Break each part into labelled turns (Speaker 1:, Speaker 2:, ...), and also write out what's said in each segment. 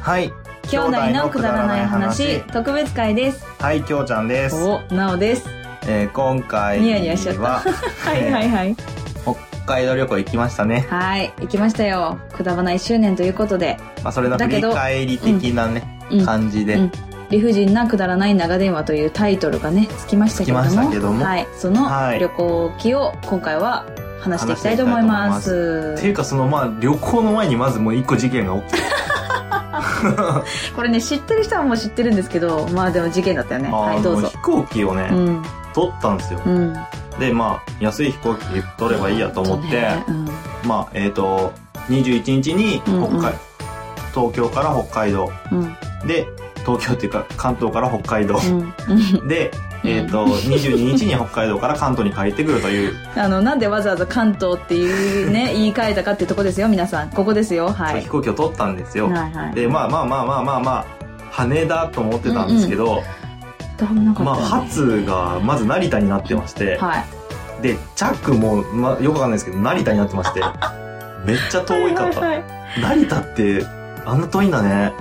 Speaker 1: はい。
Speaker 2: 兄弟のくだらない話特別会です
Speaker 1: はい、きょうちゃんです。
Speaker 2: おなおです
Speaker 1: えー、今回は
Speaker 2: ニヤニヤしちゃった はいはいはい
Speaker 1: 北海道旅行行きましたね。
Speaker 2: はい行きましたよくだばな1周年ということで
Speaker 1: まあ、それの振り返り的なね、
Speaker 2: うん
Speaker 1: 感じで、
Speaker 2: うん理不尽なくだらない長電話というタイトルがねつきましたけれども
Speaker 1: つきましたけども
Speaker 2: はい、その
Speaker 1: はい
Speaker 2: 旅行記を今回は話していきたいと思います
Speaker 1: っていうかそのまあ旅行の前にまずもう一個事件が起きて
Speaker 2: これね知ってる人はもう知ってるんですけどまあでも事件だったよねはいどうぞ
Speaker 1: 飛行機をね、
Speaker 2: うん
Speaker 1: 取ったんですよ
Speaker 2: うん
Speaker 1: でまあ安い飛行機取ればいいやと思って、
Speaker 2: ねうん
Speaker 1: まあえっ、と21日に北海、
Speaker 2: うんうん
Speaker 1: 東京から北海道
Speaker 2: うん
Speaker 1: で東京っていうか関東から北海道、
Speaker 2: うん
Speaker 1: で、えっと22日に北海道から関東に帰ってくるという、
Speaker 2: あのなんでわざわざ関東っていうね 言い換えたかってとこですよ皆さんここですよ は
Speaker 1: そう
Speaker 2: い
Speaker 1: 飛行機を取ったんですよ、
Speaker 2: はいはい
Speaker 1: でまあまあまあまあまあまあ羽田と思ってたんですけど、
Speaker 2: どうもなかった
Speaker 1: ま
Speaker 2: よ
Speaker 1: あ
Speaker 2: ね
Speaker 1: 初がまず成田になってまして、
Speaker 2: はい
Speaker 1: で着も、まあ、よくわかんないですけど成田になってま してめっちゃ遠いかった、
Speaker 2: はいはいは
Speaker 1: 成田ってあんな遠いんだね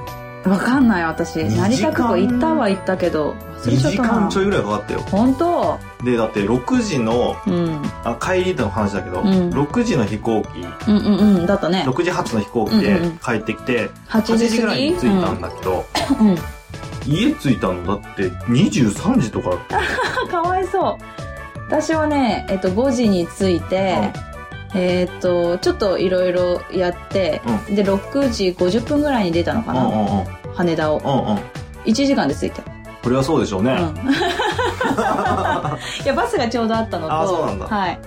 Speaker 2: いわかんない私
Speaker 1: 二時間
Speaker 2: 成田空港行ったは行ったけど忘
Speaker 1: 2
Speaker 2: れちゃっ
Speaker 1: 時
Speaker 2: たな
Speaker 1: 間ちょいぐらいかかったよ
Speaker 2: 本当
Speaker 1: でだって6時の
Speaker 2: うん
Speaker 1: あ帰りの話だけど、
Speaker 2: うん
Speaker 1: 6時の飛行機
Speaker 2: うんうんうんだったね
Speaker 1: 6時発の飛行機で
Speaker 2: うんうん
Speaker 1: 帰ってきて、
Speaker 2: 8
Speaker 1: 8時
Speaker 2: 時
Speaker 1: ぐ
Speaker 2: 過
Speaker 1: らい
Speaker 2: ぎ
Speaker 1: に着いたんだけど、
Speaker 2: うん うん
Speaker 1: 家着いたのだって23時とかだった
Speaker 2: あかわいそう私はね、えっと、5時に着いて、えっとちょっといろいろやって、で6時50分ぐらいに出たのか
Speaker 1: うんう
Speaker 2: な、
Speaker 1: んうん
Speaker 2: 羽田を
Speaker 1: うんうん
Speaker 2: 1時間で着いた
Speaker 1: これはそうでしょうね、
Speaker 2: うん いやバスがちょうどあったのと
Speaker 1: あそうなんだ
Speaker 2: はい、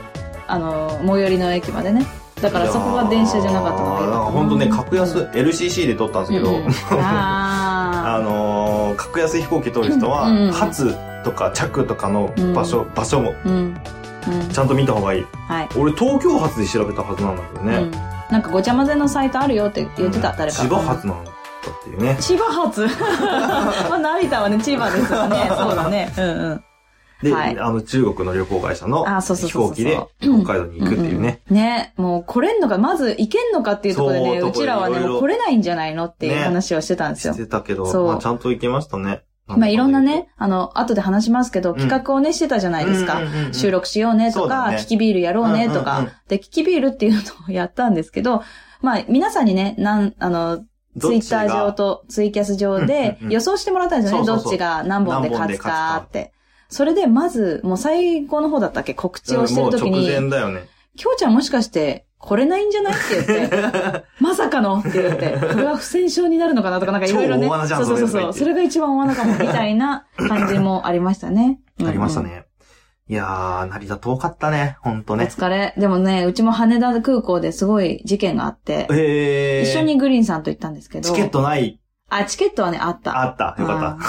Speaker 2: あの最寄りの駅までねだからそこが電車じゃなかったので
Speaker 1: いやーなんか本当ね格安、
Speaker 2: うん
Speaker 1: LCC で撮ったんですけど、
Speaker 2: うんうんあ
Speaker 1: あのー格安飛行機取る人は、
Speaker 2: うんうん
Speaker 1: 発とか着とかの場所、場所も
Speaker 2: ーうんうん
Speaker 1: ちゃんと見た方がいい
Speaker 2: はい、
Speaker 1: 俺東京発で調べたはずなんだけどね、
Speaker 2: うんなんかごちゃ混ぜのサイトあるよって言ってた、誰か
Speaker 1: 千葉発なんだっていうね
Speaker 2: 千葉発 まあ成田はね千葉ですよねそう だねうんうん
Speaker 1: で、
Speaker 2: はい
Speaker 1: あの中国の旅行会社の
Speaker 2: あそうそう
Speaker 1: 飛
Speaker 2: そうそう
Speaker 1: 行機で北海道に行くっていうね、
Speaker 2: うんうんねもう来れんのかまず行けんのかっていうところでね
Speaker 1: そう
Speaker 2: うちらはね
Speaker 1: ところでいろいろ
Speaker 2: もう来れないんじゃないのっていう
Speaker 1: ね
Speaker 2: 話をしてたんですよ、
Speaker 1: してたけど、
Speaker 2: そう
Speaker 1: まあ、ちゃんと行けましたね
Speaker 2: まあいろんなね、あの、後で話しますけど、
Speaker 1: ん
Speaker 2: 企画をね、してたじゃないです
Speaker 1: う
Speaker 2: か。
Speaker 1: んうんうんうん
Speaker 2: 収録しようね
Speaker 1: そ
Speaker 2: と
Speaker 1: うだ
Speaker 2: か、
Speaker 1: ね
Speaker 2: キキビールやろう
Speaker 1: う
Speaker 2: ねと
Speaker 1: んうんうん
Speaker 2: か。で、キキビールっていうのをやったんですけど、まあ皆さんにね、なん、あの、
Speaker 1: どっ
Speaker 2: ツイッ
Speaker 1: ち
Speaker 2: タ
Speaker 1: が
Speaker 2: ー上とツイキャス上で
Speaker 1: うんうんうん
Speaker 2: 予想してもらったんですよね。
Speaker 1: そうそ
Speaker 2: ど
Speaker 1: うそう
Speaker 2: っちが何本で勝つかっ
Speaker 1: 何本
Speaker 2: て。それで、まず、もう最後の方だったっけ告知をしてるとき
Speaker 1: もう
Speaker 2: に、
Speaker 1: 直前だよね
Speaker 2: きょうちゃんもしかして、来れないんじゃないって言って、 まさかのって言って、これは不戦勝になるのかなとか、なんかいろいろね。
Speaker 1: 超大穴じゃん
Speaker 2: そうそ
Speaker 1: それ
Speaker 2: う
Speaker 1: と
Speaker 2: そ
Speaker 1: か言
Speaker 2: う。
Speaker 1: って
Speaker 2: それが一番大穴かも、みたいな感じもありましたね。
Speaker 1: ありました
Speaker 2: うんうん。
Speaker 1: ね。いやー、成田遠かったね、ほんと
Speaker 2: お
Speaker 1: ね。
Speaker 2: 疲れ。でもね、うちも羽田空港ですごい事件があって、
Speaker 1: えー、
Speaker 2: 一緒にグリーンさんと行ったんですけど。
Speaker 1: チケットない、
Speaker 2: あ、チケットはね、あった。
Speaker 1: あった、よかっ
Speaker 2: った。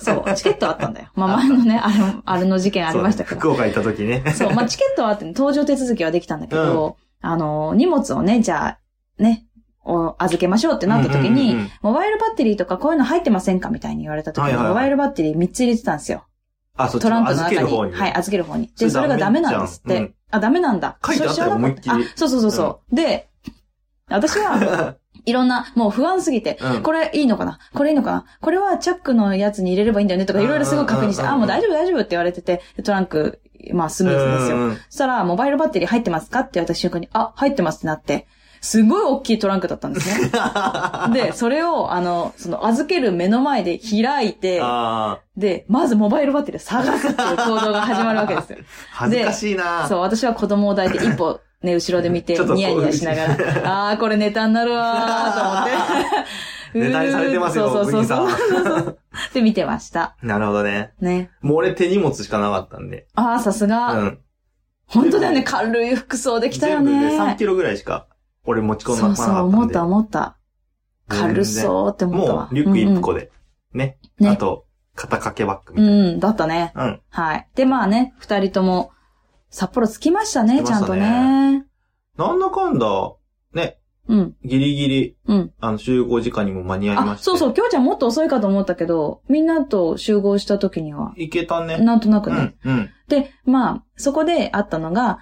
Speaker 2: そう、チケットあったんだよ。まあ前のね、あれ、あれの事件
Speaker 1: た。
Speaker 2: ありましたけ
Speaker 1: そう福
Speaker 2: ど。
Speaker 1: 岡行った時ね。
Speaker 2: そう、まあ、チケットはあって、搭乗手続きはできたんだけど、あの、荷物をね、じゃあ、ね、お預けましょうってなった時に、
Speaker 1: うんうんうんうん
Speaker 2: モバイルバッテリーとかこういうの入ってませんかみたいに言われた時に、
Speaker 1: はいはいはい
Speaker 2: モバイルバッテリー3つ入れてたんですよ。
Speaker 1: あ、そっち
Speaker 2: トラン
Speaker 1: の
Speaker 2: プの
Speaker 1: 預け
Speaker 2: 中
Speaker 1: る
Speaker 2: に。
Speaker 1: 方に。
Speaker 2: はい、預ける方に。
Speaker 1: それ
Speaker 2: で、それがダメなんですっ
Speaker 1: ダメ
Speaker 2: て。
Speaker 1: じゃんうん
Speaker 2: あ、ダメなんだ。
Speaker 1: 書いてあったよ
Speaker 2: それ知らなか
Speaker 1: 思いっきり
Speaker 2: あ、そうそうそうそう。で、私は、 いろんな、もう不安すぎて、
Speaker 1: うん
Speaker 2: これいいのかなこれいいのかなこれはチャックのやつに入れればいいんだよねとか、いろいろすごい確認して、
Speaker 1: うんうん
Speaker 2: あ、
Speaker 1: うんうん
Speaker 2: もう大丈夫大丈夫って言われてて、トランク、まあスムーズですよ。
Speaker 1: よ。
Speaker 2: そしたら、モバイルバッテリー入ってますかって言われた瞬間に、あ、入ってますってなって、すごい大きいトランクだったんです ね。で、それを、あの、その、預ける目の前で開いて、
Speaker 1: あ
Speaker 2: で、まずモバイルバッテリーを探すっていう行動が始まるわけ ですよ。
Speaker 1: ー恥ずかしいな
Speaker 2: そう、私は子供を抱いて一歩、ね、後ろで見て
Speaker 1: ちょっ、とこう
Speaker 2: ニヤニヤしなが ら、あー、これネタになるわー、と思って。
Speaker 1: ネタにされてますよ
Speaker 2: うーんそうそう
Speaker 1: ブギ
Speaker 2: そうそうそう。 で、見てました。
Speaker 1: なるほどね。
Speaker 2: ね。
Speaker 1: もう俺手荷物しかなかったんで。
Speaker 2: あー、さす
Speaker 1: う
Speaker 2: が。
Speaker 1: ん。
Speaker 2: 本当だよね、軽い服装できたよ
Speaker 1: 全部
Speaker 2: ね。
Speaker 1: で3キロぐらいしか、俺持ち込ん
Speaker 2: そ
Speaker 1: だ
Speaker 2: う
Speaker 1: か
Speaker 2: そ
Speaker 1: なかっ
Speaker 2: う、
Speaker 1: た
Speaker 2: 思
Speaker 1: ん
Speaker 2: っ
Speaker 1: で。
Speaker 2: た思った。軽そうって思った
Speaker 1: も
Speaker 2: わ。
Speaker 1: う、リュック1個で。ね。
Speaker 2: ね
Speaker 1: あと、肩掛けバッグみ
Speaker 2: う
Speaker 1: た
Speaker 2: ん
Speaker 1: い
Speaker 2: うん、うん、だったね。
Speaker 1: な。うん。
Speaker 2: はい。で、まあね、二人とも、札幌着きましたね、
Speaker 1: 着き
Speaker 2: ち
Speaker 1: ま
Speaker 2: ゃ
Speaker 1: し
Speaker 2: ん
Speaker 1: た
Speaker 2: と
Speaker 1: ね
Speaker 2: ね。
Speaker 1: なんだかんだ、ね、
Speaker 2: うん、
Speaker 1: ギリギリ、
Speaker 2: うん。
Speaker 1: あの、集合時間にも間に合いま
Speaker 2: あ、
Speaker 1: した。
Speaker 2: そうそう、きょうちゃんもっと遅いかと思ったけど、みんなと集合した時には、
Speaker 1: いけたね。
Speaker 2: なんとなく
Speaker 1: う
Speaker 2: ね。
Speaker 1: ん、うん。
Speaker 2: で、まあ、そこであったのが、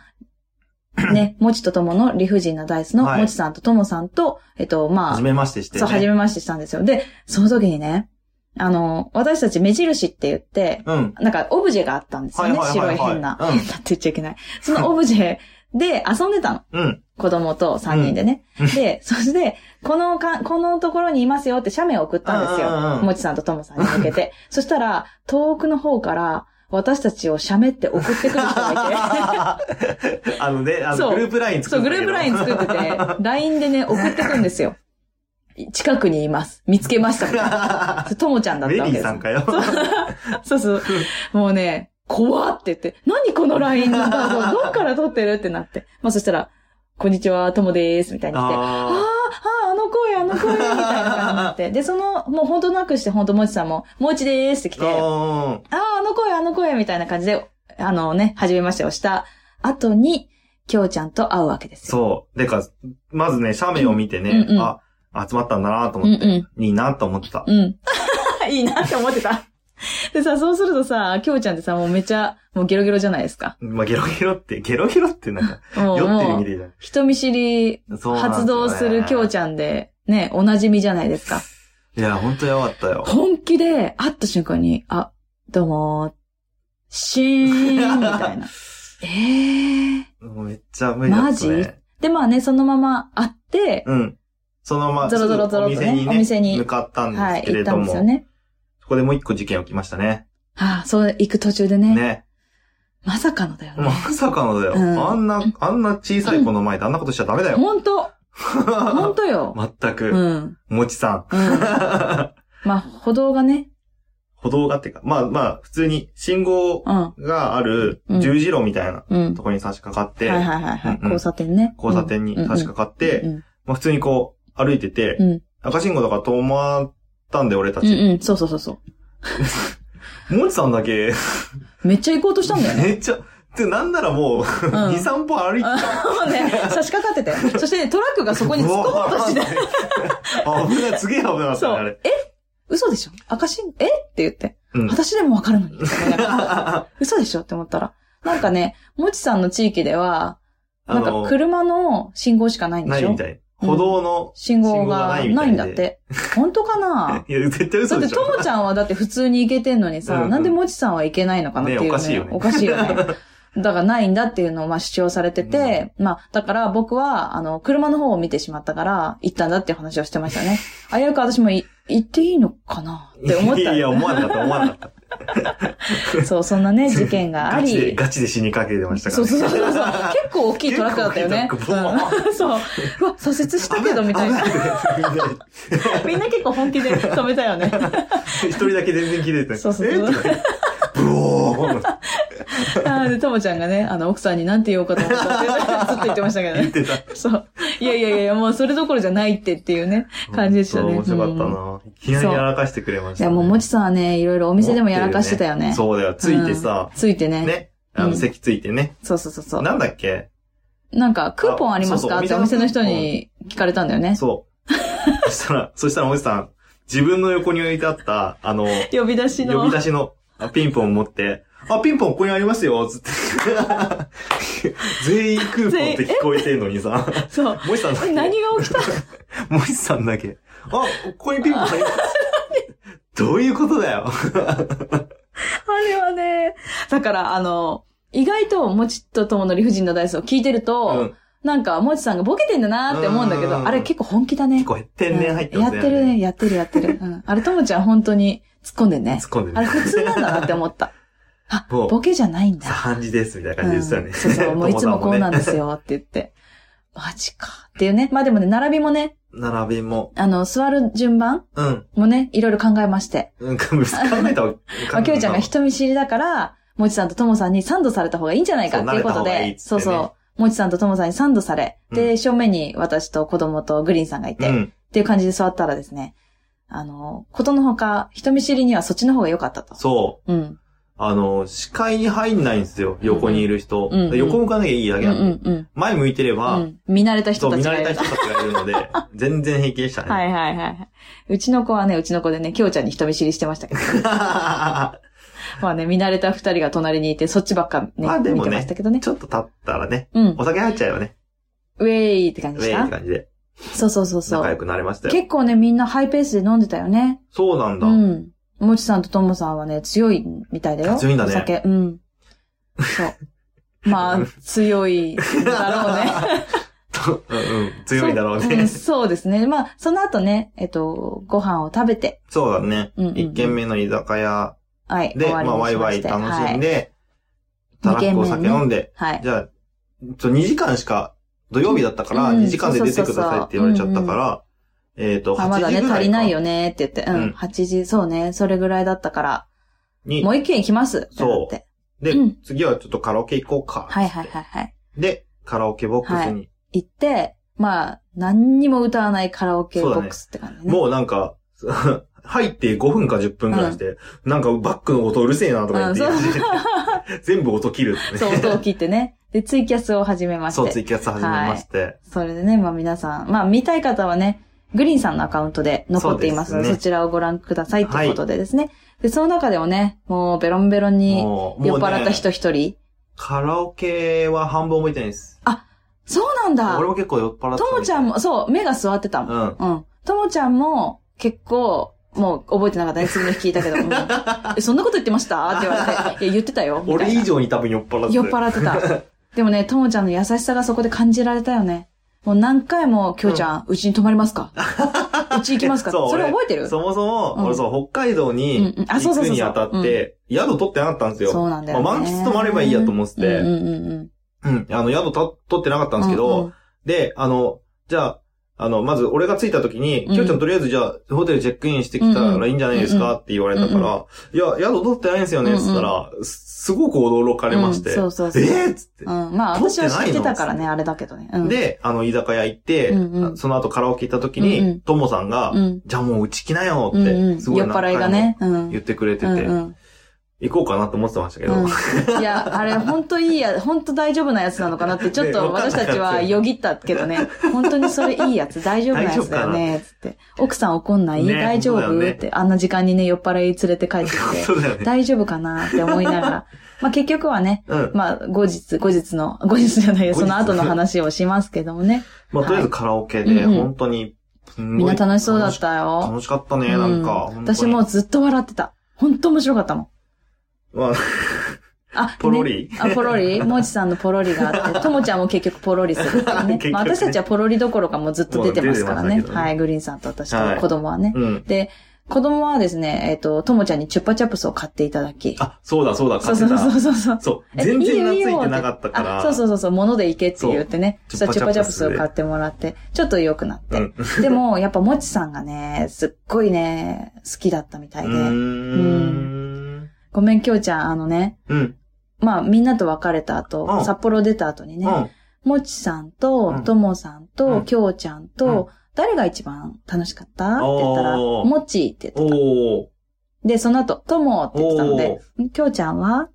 Speaker 2: ね、もちとともの理不尽なダイスの
Speaker 1: はい
Speaker 2: もちさんとともさんと、えっと、まあ
Speaker 1: 初、めましてして、ね。
Speaker 2: そう、初めましてしたんですよ。で、その時にね、あの、私たち目印って言って、
Speaker 1: うん。
Speaker 2: なんかオブジェがあったんですよね。
Speaker 1: はいはいはいはい
Speaker 2: 白い変な。
Speaker 1: うん
Speaker 2: 変なって言っちゃいけない。そのオブジェで遊んで たの。
Speaker 1: うん。
Speaker 2: 子供と3人でね。
Speaker 1: うん
Speaker 2: で、そして、このか、このところにいますよって写メを送ったんで
Speaker 1: う
Speaker 2: す
Speaker 1: んうん
Speaker 2: よ。
Speaker 1: うん
Speaker 2: もちさんとともさんに向け て。そしたら、遠くの方から、私たちを写メって送ってくる人がいて。
Speaker 1: あのね、 あの、
Speaker 2: そう
Speaker 1: グループライン
Speaker 2: そ
Speaker 1: 作
Speaker 2: う、
Speaker 1: って
Speaker 2: グループ LINE 作ってて、LINE でね、送ってくんですよ。近くにいます。見つけましたみたい な。それともちゃんだ っ
Speaker 1: メ
Speaker 2: たわけ
Speaker 1: リー
Speaker 2: です
Speaker 1: さ。んかよ。
Speaker 2: そうそう。もうね、怖って言って、何この LINE の画像、どっから撮ってるってなって。まあそしたら、こんにちは、ともでーす、みたいにして。あ
Speaker 1: あ
Speaker 2: あ、ああ、あの声、あの声、みたいな感じになって。で、その、もう本当なくして、本当もちさんも、もちでーすって来て、
Speaker 1: ー
Speaker 2: あ
Speaker 1: あ
Speaker 2: あ、あの声、あの声、みたいな感じで、あのね、初めましてをした後に、きょうちゃんと会うわけで
Speaker 1: ー。
Speaker 2: すよ。
Speaker 1: そう。でか、まずね、写メを見てね、
Speaker 2: うんうん
Speaker 1: あ、集まったんだなと
Speaker 2: うん
Speaker 1: 思って、
Speaker 2: う
Speaker 1: いいなと思ってた。
Speaker 2: ん。 うん。いいなって思ってた。でさ、そうするとさ、きょうちゃんってさ、もうめっちゃ、もうゲロゲロじゃないですか。
Speaker 1: まあ、ゲロゲロって、ゲロゲロってなん か、
Speaker 2: もう、
Speaker 1: 酔ってる
Speaker 2: も
Speaker 1: み
Speaker 2: う
Speaker 1: たいじゃん。
Speaker 2: 人見知り
Speaker 1: そうなんです
Speaker 2: 発動するきょう
Speaker 1: ゃ
Speaker 2: ちゃんで、ね、おなじみじゃないですか。
Speaker 1: ん。いや、ほんとやばかったよ。
Speaker 2: 本気で会った瞬間に、あ、どうも、シーンみた いな。えー。
Speaker 1: もうめっちゃ無理だったね。
Speaker 2: マジで、まあね、そのまま会って、
Speaker 1: うん。そのまま、
Speaker 2: ゾロゾロゾロ
Speaker 1: お
Speaker 2: と
Speaker 1: 店
Speaker 2: ね
Speaker 1: にね、
Speaker 2: お店に
Speaker 1: 向かったんで
Speaker 2: は
Speaker 1: す
Speaker 2: い、
Speaker 1: け
Speaker 2: 行
Speaker 1: れ
Speaker 2: った
Speaker 1: ど
Speaker 2: んで
Speaker 1: も、
Speaker 2: すよね。
Speaker 1: そこでもう一個事件起きましたね。
Speaker 2: ああ、そう、行く途中でね。
Speaker 1: ね。
Speaker 2: まさかのだよ
Speaker 1: ま
Speaker 2: ね。
Speaker 1: さかのだよ。
Speaker 2: うん
Speaker 1: あんな、あんな小さい子の前であんなことしちゃダメだよ。
Speaker 2: ほんと、ほんとよ。
Speaker 1: 全
Speaker 2: うん。
Speaker 1: く、
Speaker 2: うん。
Speaker 1: もちさん。
Speaker 2: まあ、歩道がね、
Speaker 1: 歩道がっていうか、まあまあ、普通に信号
Speaker 2: うん、
Speaker 1: がある
Speaker 2: うん
Speaker 1: 十字路みたいな
Speaker 2: うん。
Speaker 1: ところに差し掛かっ
Speaker 2: はい
Speaker 1: て、
Speaker 2: はいはいはい。
Speaker 1: うんうん
Speaker 2: 交差点ね。
Speaker 1: 交差点に差し掛かっ
Speaker 2: うん
Speaker 1: て、
Speaker 2: うん
Speaker 1: まあ普通にこう歩いてて、
Speaker 2: うん
Speaker 1: 赤信号だから止まったんで俺た
Speaker 2: うん。うん
Speaker 1: ち。
Speaker 2: うん、そうそうそうそ
Speaker 1: もちさんだけ、
Speaker 2: う。めっちゃ行こうとしたんだよね。
Speaker 1: めっちゃ、ってなんならもう、
Speaker 2: うん。も
Speaker 1: 2、3歩歩いて
Speaker 2: う ね、差し掛かってて。そしてね、トラックがそこに突っ込もうとして。
Speaker 1: あ、危ない、すげえ危なかった
Speaker 2: そ
Speaker 1: ね、あれ
Speaker 2: う。。え 嘘でしょ赤信、えって言って。
Speaker 1: うん
Speaker 2: 私でもわかる のに。って思いながら嘘でしょって思ったら。なんかね、もちさんの地域では、
Speaker 1: あ
Speaker 2: なん
Speaker 1: の
Speaker 2: か車の信号しかないんで
Speaker 1: な
Speaker 2: し
Speaker 1: いみ
Speaker 2: ょ
Speaker 1: たい。
Speaker 2: うん
Speaker 1: 歩道の、
Speaker 2: 信号が
Speaker 1: 信号がな
Speaker 2: ないい
Speaker 1: みたいで
Speaker 2: んだって。本当かな
Speaker 1: いや、絶対
Speaker 2: だ
Speaker 1: 嘘
Speaker 2: っ
Speaker 1: で
Speaker 2: て、
Speaker 1: し
Speaker 2: と
Speaker 1: ょ。
Speaker 2: もちゃんはだって普通に行けてんの
Speaker 1: う
Speaker 2: に
Speaker 1: ん
Speaker 2: さ、
Speaker 1: うん
Speaker 2: なんでもちさんは行けないのかなっていう、
Speaker 1: ねおかしいよね
Speaker 2: おかしい よね。だからないんだっていうのをまあ主張されてて、まあ、だから僕は、あの、車の方を見てしまったから、行ったんだっていう話をして ましたね。あやうく私もい行っていいのかなって思っ
Speaker 1: いやいや、
Speaker 2: た。
Speaker 1: 思わなかった、思わなかっ
Speaker 2: そう、そんなね、事件
Speaker 1: た。
Speaker 2: があ
Speaker 1: ガチで、
Speaker 2: り。
Speaker 1: ガチで死にかけてましたから
Speaker 2: そう
Speaker 1: ね。
Speaker 2: そ うそうそう。結構大きいトラックだったよね。
Speaker 1: 結構大きいトラック
Speaker 2: うんそう。うわ、左折したけどみたいな。
Speaker 1: 危ない危ない
Speaker 2: みんな結構本気で止めたよね。
Speaker 1: 一人だけ全然切れてない。
Speaker 2: そうそう
Speaker 1: えとか言ってブオーン
Speaker 2: あーで、ともちゃんがね、あの、奥さんになんて言おうかと思ったって、 ずっと言ってましたけど
Speaker 1: 言っ
Speaker 2: ね。
Speaker 1: てた。
Speaker 2: そう。いやいやいや、もうそれどころじゃないってっていうね、感じでしたね。
Speaker 1: 面白かった
Speaker 2: うん
Speaker 1: な。いきなりやらかしてくれまし
Speaker 2: い
Speaker 1: たね。
Speaker 2: や、もう、もちさんはね、いろいろお
Speaker 1: お
Speaker 2: 店でもやらかしてたよね。
Speaker 1: そうだよ。ついてさ
Speaker 2: うん、ついてね。
Speaker 1: ね。あ
Speaker 2: う
Speaker 1: の、
Speaker 2: ん
Speaker 1: 席ついてね。
Speaker 2: そうそうそうそう。
Speaker 1: なんだっけ
Speaker 2: なんか、クーポンあります
Speaker 1: あ
Speaker 2: か
Speaker 1: そう
Speaker 2: っ
Speaker 1: そ
Speaker 2: て
Speaker 1: う
Speaker 2: お店の人に聞かれたんだよね。
Speaker 1: そう。そしたら、そしたらおじさん、自分の横に置いてあった、あの、
Speaker 2: 呼び出し
Speaker 1: 呼び
Speaker 2: の。
Speaker 1: 出しのあピンポンを持って、あ、ピンポンここにありますよ、つ って。全員クーポンって聞こえてんのにさ、
Speaker 2: そう。
Speaker 1: もしさんだ
Speaker 2: え
Speaker 1: け、
Speaker 2: 何が起 きた
Speaker 1: もしさんだけ、あ、ここにピンポンあります。どういうことだよ。
Speaker 2: あれはね、だから、あの、意外と、もちっとともの理不尽なダイスを聞いてる
Speaker 1: う
Speaker 2: と、
Speaker 1: ん。
Speaker 2: なんか、もちさんがボケてんだなって思うんだけ
Speaker 1: うんうんうん
Speaker 2: ど、あれ結構本気だね
Speaker 1: 結。構天然入って
Speaker 2: うん
Speaker 1: ま
Speaker 2: や
Speaker 1: す
Speaker 2: っ
Speaker 1: ね。
Speaker 2: てるね、。やってるやってる。うんあれ、ともちゃん本当に突っ込んでんね
Speaker 1: 突っ。込んで
Speaker 2: あれ
Speaker 1: る。
Speaker 2: 普通なんだなって 思った。あ、
Speaker 1: もう
Speaker 2: ボケじゃないんだ。
Speaker 1: さあ、半時です、みたいな感じでしたよね。
Speaker 2: う んそうそう、もういつもこうなんで
Speaker 1: 友
Speaker 2: すよって言って。マジか。っていうね。まあでもね、並びもね、
Speaker 1: 達もね。並びも。
Speaker 2: あの、座る順番
Speaker 1: うん。
Speaker 2: もね、いろいろ考えまして。
Speaker 1: うん、考えたわ。
Speaker 2: まあ、きょうちゃんが人見知りだから、もちさんとともさんにサンドされた方がいいんじゃないかっていうこと
Speaker 1: そう慣れた方がいいっつ
Speaker 2: で
Speaker 1: っ、てね
Speaker 2: そうそう、もちさんとともさんにサンドされ、
Speaker 1: う
Speaker 2: で、正面に私と子供とグリーンさんがいて、
Speaker 1: う
Speaker 2: っ
Speaker 1: ん。
Speaker 2: ていう感じで座ったらですね、あの、ことのほか、人見知りにはそっちの方が良かったと。
Speaker 1: そう。
Speaker 2: うん。
Speaker 1: あの、視界に入んないんですよ。横にいる人。
Speaker 2: うんうん
Speaker 1: 横向かなきゃいいだ
Speaker 2: う
Speaker 1: け
Speaker 2: んう
Speaker 1: なんで。
Speaker 2: んうん。
Speaker 1: 前向いてれば、
Speaker 2: うん、見慣れた人
Speaker 1: そう、
Speaker 2: た
Speaker 1: 見
Speaker 2: ち
Speaker 1: 慣
Speaker 2: が
Speaker 1: れ
Speaker 2: い
Speaker 1: た
Speaker 2: る。
Speaker 1: 人たちがいるの で、全然平気でしたね。
Speaker 2: は いはいはい。うちの子はね、うちの子でね、きょうちゃんに人見知りしてましたけど。まあね、見慣れた二人が隣にいて、そっちばっかね、
Speaker 1: まあで
Speaker 2: 見
Speaker 1: もね
Speaker 2: てましたけど ね。
Speaker 1: ちょっと経ったらね、
Speaker 2: うん。
Speaker 1: お酒入っちゃえばね、
Speaker 2: ウェイって感
Speaker 1: ウ
Speaker 2: じ
Speaker 1: ェイ
Speaker 2: でし
Speaker 1: ったて感じで
Speaker 2: そうそうそうそ
Speaker 1: 仲良
Speaker 2: う。
Speaker 1: くなれましたよ。
Speaker 2: 結構ね、みんなハイペースで飲んでたよね。
Speaker 1: そうなんだ。
Speaker 2: うん。もちさんとともさんはね、強いみたいだよ。
Speaker 1: 強いんだね
Speaker 2: お酒。うん。そう。まあ、 強いだろうね。
Speaker 1: とうんうん、強いだろう
Speaker 2: そん
Speaker 1: ね。
Speaker 2: そうですね。まあ、その後ね、えっと、ご飯を食べて、
Speaker 1: そうだね。
Speaker 2: うんうんうん
Speaker 1: 一軒目の居酒屋
Speaker 2: はい、
Speaker 1: で、
Speaker 2: 終
Speaker 1: ま
Speaker 2: わり
Speaker 1: あ、
Speaker 2: に
Speaker 1: ワイ
Speaker 2: しま
Speaker 1: ワ
Speaker 2: し
Speaker 1: イ楽しん
Speaker 2: て。はい。
Speaker 1: で、たら
Speaker 2: 二軒
Speaker 1: っこ
Speaker 2: 目ね
Speaker 1: お酒飲んで、
Speaker 2: はい。
Speaker 1: じゃあ、ちょ2時間しか、土曜日だったから、
Speaker 2: うん
Speaker 1: 2時間で出てくださいって言われちゃったから、えっと、
Speaker 2: あま
Speaker 1: 8
Speaker 2: だ
Speaker 1: 時
Speaker 2: ね、
Speaker 1: ぐら
Speaker 2: 足
Speaker 1: い
Speaker 2: りない
Speaker 1: か
Speaker 2: よねって言って、う、
Speaker 1: うんん
Speaker 2: 8時、そうね、それぐらいだったから、
Speaker 1: に
Speaker 2: も、う一軒行きますってな
Speaker 1: そう
Speaker 2: って。
Speaker 1: で
Speaker 2: うん、
Speaker 1: 次はちょっとカラオケ行こうか。
Speaker 2: はいはいはいはい。
Speaker 1: で、カラオケボックスに、
Speaker 2: 行って、まあ、何にも歌わないカラオケボックスって感じね。
Speaker 1: もうなんか、入って5分か10分ぐらいして、なんかバックの音うるせえなとか言
Speaker 2: うん
Speaker 1: って、 全部音切るってね。
Speaker 2: そう、音を切ってね。で、ツイキャスを始めまし
Speaker 1: そう、ツ
Speaker 2: て。
Speaker 1: イキャス始めまして。
Speaker 2: それでね、まあ皆さん、まあ見たい方はね、グリーンさんのアカウントで残っていますので、
Speaker 1: そうです
Speaker 2: そ
Speaker 1: ね
Speaker 2: ちらをご覧くださいということでですね。で、その中でもね、もうベロンベロンに
Speaker 1: もう、
Speaker 2: 酔
Speaker 1: も
Speaker 2: っ
Speaker 1: うね
Speaker 2: 払った人一人。
Speaker 1: カラオケは半分覚えてないです。
Speaker 2: そうなんだ
Speaker 1: 俺も結構酔っ払ってた。
Speaker 2: ともちゃん。も、そう、目が座ってたもん。
Speaker 1: うん。
Speaker 2: うん。ともちゃんも、結構、もう覚えてなかったね。次の日聞いたけど。 うんえ、そんなこと言ってましたって言われて。いや、言ってたよ。みた
Speaker 1: 俺
Speaker 2: いな
Speaker 1: 以上に多分酔っ払って
Speaker 2: 酔っ払って た。でもね、ともちゃんの優しさがそこで感じられたよね。もう何回も、きょうちゃん、うち、に泊まりま すかうち行きますか
Speaker 1: そう
Speaker 2: それ
Speaker 1: 俺
Speaker 2: 覚えてる
Speaker 1: そもそも、
Speaker 2: うん
Speaker 1: 俺そう、北海道
Speaker 2: うん
Speaker 1: に
Speaker 2: うんあそ
Speaker 1: 行
Speaker 2: うそう
Speaker 1: く
Speaker 2: そう
Speaker 1: に
Speaker 2: そう
Speaker 1: あたって、宿取ってなかったんですよ。
Speaker 2: そうなんだよね
Speaker 1: まあ満喫泊まればいいやと思ってて、
Speaker 2: う
Speaker 1: うん
Speaker 2: んうんうん。
Speaker 1: あの、宿た取ってなかったんですけど、
Speaker 2: うんうん
Speaker 1: で、あの、じゃあ、あの、まず俺が着いた時に、
Speaker 2: うん
Speaker 1: きょうちゃんとりあえずじゃあ、ホテルチェックインしてきたらいいんじゃないですかって言われたか
Speaker 2: うん
Speaker 1: ら、いや、宿取ってないんですよね、っつったら、すすごく驚かれまして、
Speaker 2: うんそうそうそう。
Speaker 1: えーっつって
Speaker 2: う。ん。まあ、私は知ってたから
Speaker 1: 撮って
Speaker 2: ね、あれだけどね。うん、、
Speaker 1: で、あの、居酒屋行って、
Speaker 2: うんうん
Speaker 1: その後カラオケ行った時
Speaker 2: うんうん
Speaker 1: に、ともさんが
Speaker 2: う、ん。
Speaker 1: じゃあもううち来なよ
Speaker 2: うんう
Speaker 1: っ
Speaker 2: ん
Speaker 1: て、すごい
Speaker 2: 酔っ
Speaker 1: 何
Speaker 2: 払
Speaker 1: 回
Speaker 2: い
Speaker 1: も
Speaker 2: がね。うん。
Speaker 1: 言ってくれて
Speaker 2: うん
Speaker 1: て、
Speaker 2: うん
Speaker 1: 行こうかなと思ってましたけど、
Speaker 2: うんいや、あれ、本当いいや、本当大丈夫なやつなのかなって、ちょっ
Speaker 1: ねわ
Speaker 2: と
Speaker 1: かん
Speaker 2: 私
Speaker 1: ない
Speaker 2: たちはよぎったけどね、本当にそれいいやつ、大丈夫なやつだよね、つって。奥さん怒んない、
Speaker 1: ね
Speaker 2: 大丈
Speaker 1: そう
Speaker 2: 夫、
Speaker 1: だよね
Speaker 2: って、あんな時間にね、酔っ払い連れて帰ってきて、
Speaker 1: そうだよね。
Speaker 2: 大丈夫かなって思いながら。まあ結局はね、
Speaker 1: うん。
Speaker 2: まあ後日、後日の、後日じゃないよ、
Speaker 1: 後日
Speaker 2: その後の話をしますけども ね。
Speaker 1: まあ、とりあえずカラオケで、
Speaker 2: うんうん
Speaker 1: 本当に、み
Speaker 2: みんな楽しそうだっ。たよ。
Speaker 1: 楽しかったね、なんか。本
Speaker 2: う
Speaker 1: 当に
Speaker 2: 私もう。ずっと笑ってた。本当面白かったもん。
Speaker 1: まあ、
Speaker 2: あ、
Speaker 1: ポロリ
Speaker 2: ねあ、ポロリもちさんのポロリがあ って、ともちゃんも結局ポロリするっていう
Speaker 1: 結
Speaker 2: ね。
Speaker 1: 局ね
Speaker 2: まあ私たちはポロリどころかもうずっと出てますからね。
Speaker 1: もう出てますけどね
Speaker 2: はい、グリーンさんと私と子供はね。
Speaker 1: うん。
Speaker 2: で、子供はですね、えっ、と、ともちゃんにチュッパチャプスを買っていただき。
Speaker 1: あ、そうだそうだ、
Speaker 2: そ
Speaker 1: 買
Speaker 2: う
Speaker 1: っ
Speaker 2: そ
Speaker 1: て
Speaker 2: う
Speaker 1: た。
Speaker 2: そうそうそう。
Speaker 1: そう。
Speaker 2: え
Speaker 1: 全然
Speaker 2: いいよいい
Speaker 1: 懐
Speaker 2: よ
Speaker 1: いてなかったか
Speaker 2: あ
Speaker 1: ら。
Speaker 2: そうそうそうそう、物でいけって言ってね。
Speaker 1: そう
Speaker 2: そしたらチュッパチャプスを
Speaker 1: チュッ
Speaker 2: 買
Speaker 1: パ
Speaker 2: ってもらって、ちょっと良くなって。
Speaker 1: うん
Speaker 2: でも、やっぱもちさんがね、すっごいね、好きだったみた
Speaker 1: う
Speaker 2: いで。
Speaker 1: ーん。
Speaker 2: ごめん、きょうちゃん、あのね、
Speaker 1: うん。
Speaker 2: まあみんなと別れた後、
Speaker 1: うん
Speaker 2: 札幌出た後に
Speaker 1: う
Speaker 2: ね、
Speaker 1: ん。
Speaker 2: もちさんと
Speaker 1: う、ん
Speaker 2: ともさん
Speaker 1: う
Speaker 2: と、
Speaker 1: ん
Speaker 2: きょうちゃん
Speaker 1: うん
Speaker 2: と、誰が一番楽しかったって言ったら、
Speaker 1: おー
Speaker 2: もちって言って
Speaker 1: おー。
Speaker 2: た。で、その後、ともって言ってたので
Speaker 1: お、
Speaker 2: きょうちゃんは